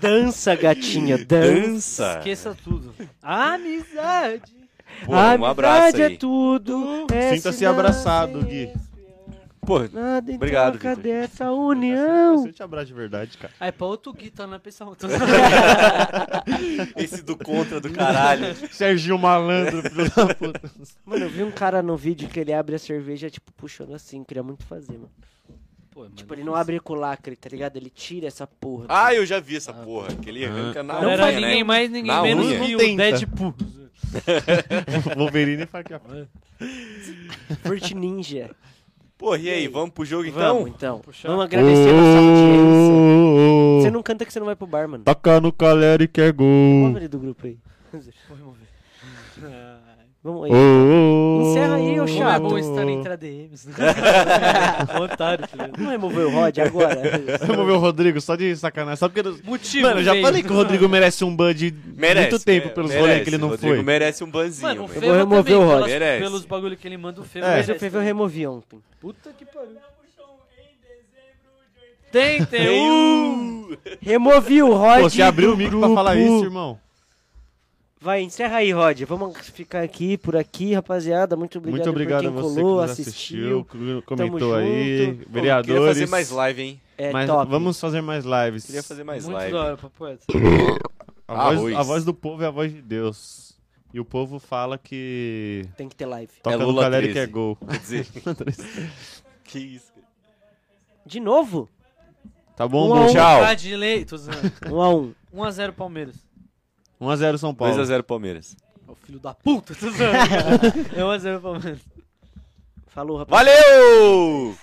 C: Dança, gatinha, dança.
E: Dança!
A: Esqueça tudo. Amizade.
E: Pô, um abraço
C: Amizade
E: aí.
C: é tudo. é
B: Sinta-se
C: sinal
B: abraçado,
C: sem
B: Gui.
E: Pô,
C: Nada em
E: Obrigado,
C: troca
E: Vitor.
C: dessa
B: Você
C: união.
B: te abraço de verdade, cara.
A: Aí pra outro Gui tá na pessoa.
E: esse do contra do caralho.
B: Serginho Malandro, filho da puta.
C: Mano, eu vi um cara no vídeo que ele abre a cerveja, tipo, puxando assim. Queria muito fazer, mano.
A: Pô, mano,
C: Tipo, ele não abre com o lacre, tá ligado? Ele tira essa porra.
E: Ah, eu já vi essa porra. Que
B: Ah.
E: ele arranca na
A: Não
E: unha,
A: faz
E: né?
A: ninguém mais, ninguém
E: Na
A: menos
E: unha.
A: que
B: Não
A: o
B: tenta.
A: Deadpool.
B: Wolverine e Faca.
C: Vert Ninja.
E: Porra, e aí, vamos pro jogo
C: Vamos,
E: então?
C: então.
A: puxar.
C: Vamos agradecer a nossa audiência. Você não canta que você não vai pro bar, mano.
B: Taca no Caleri que é
C: Vamos
B: gol.
C: ele do grupo aí.
A: Vou remover. Ah,
C: Vamos aí.
B: Ô,
C: Encerra aí, ô
A: Como é
C: chato.
A: bom estar entre ADMs. Otário, filho.
C: Não removeu o Rod agora?
B: Vamos ver o Rodrigo, só de sacanagem. Só porque...
A: Motivo,
B: Mano, eu já
A: veio.
B: falei que o Rodrigo merece um ban de
E: Merece.
B: muito tempo
E: é,
B: pelos
E: merece.
B: rolês que ele não
E: Rodrigo
B: foi.
E: merece um banzinho.
A: Mano, o
E: velho.
A: Feva
C: remover
A: também,
C: o Rod.
A: pelas-
E: Merece.
A: Pelos bagulho que ele manda, o Feva
B: É.
C: Mas
A: merece. tá
C: eu fui ver, eu removi ontem.
A: Puta que pariu. Tem, tem
E: Tem
A: um.
E: um.
C: Removi o Rod.
B: Pô, você abriu o micro pra falar
C: grupo.
B: isso, irmão.
C: Vai, encerra aí, Rod. Vamos ficar aqui, por aqui, rapaziada. Muito obrigado,
B: Muito obrigado
C: por
B: a
C: quem
B: você
C: colou,
B: que nos assistiu,
C: assistiu.
B: que
C: Tamo
B: comentou aí,
C: junto.
E: Queria
B: vereadores.
E: fazer mais live, hein?
C: É
B: Mas
C: top.
B: Vamos fazer mais lives.
E: Queria fazer mais
A: Muito
E: live.
A: da hora, papoeta.
B: A voz,
E: Arroz.
B: a voz do povo é a voz de Deus. E o povo fala que
C: Tem que ter live.
B: toca no
E: Lula
B: Caleri
E: 13.
B: que é gol.
E: Quer dizer... que isso, cara.
C: De novo?
B: Tá bom,
C: Um a um.
B: Tchau.
A: Tá de lei, tô zoando.
C: Um a um.
A: 1x0 Palmeiras.
B: 1x0 São Paulo.
E: 2x0 Palmeiras.
A: É o filho da puta, tô zoando. É 1x0 Palmeiras.
C: Falou, rapaziada.
E: Valeu!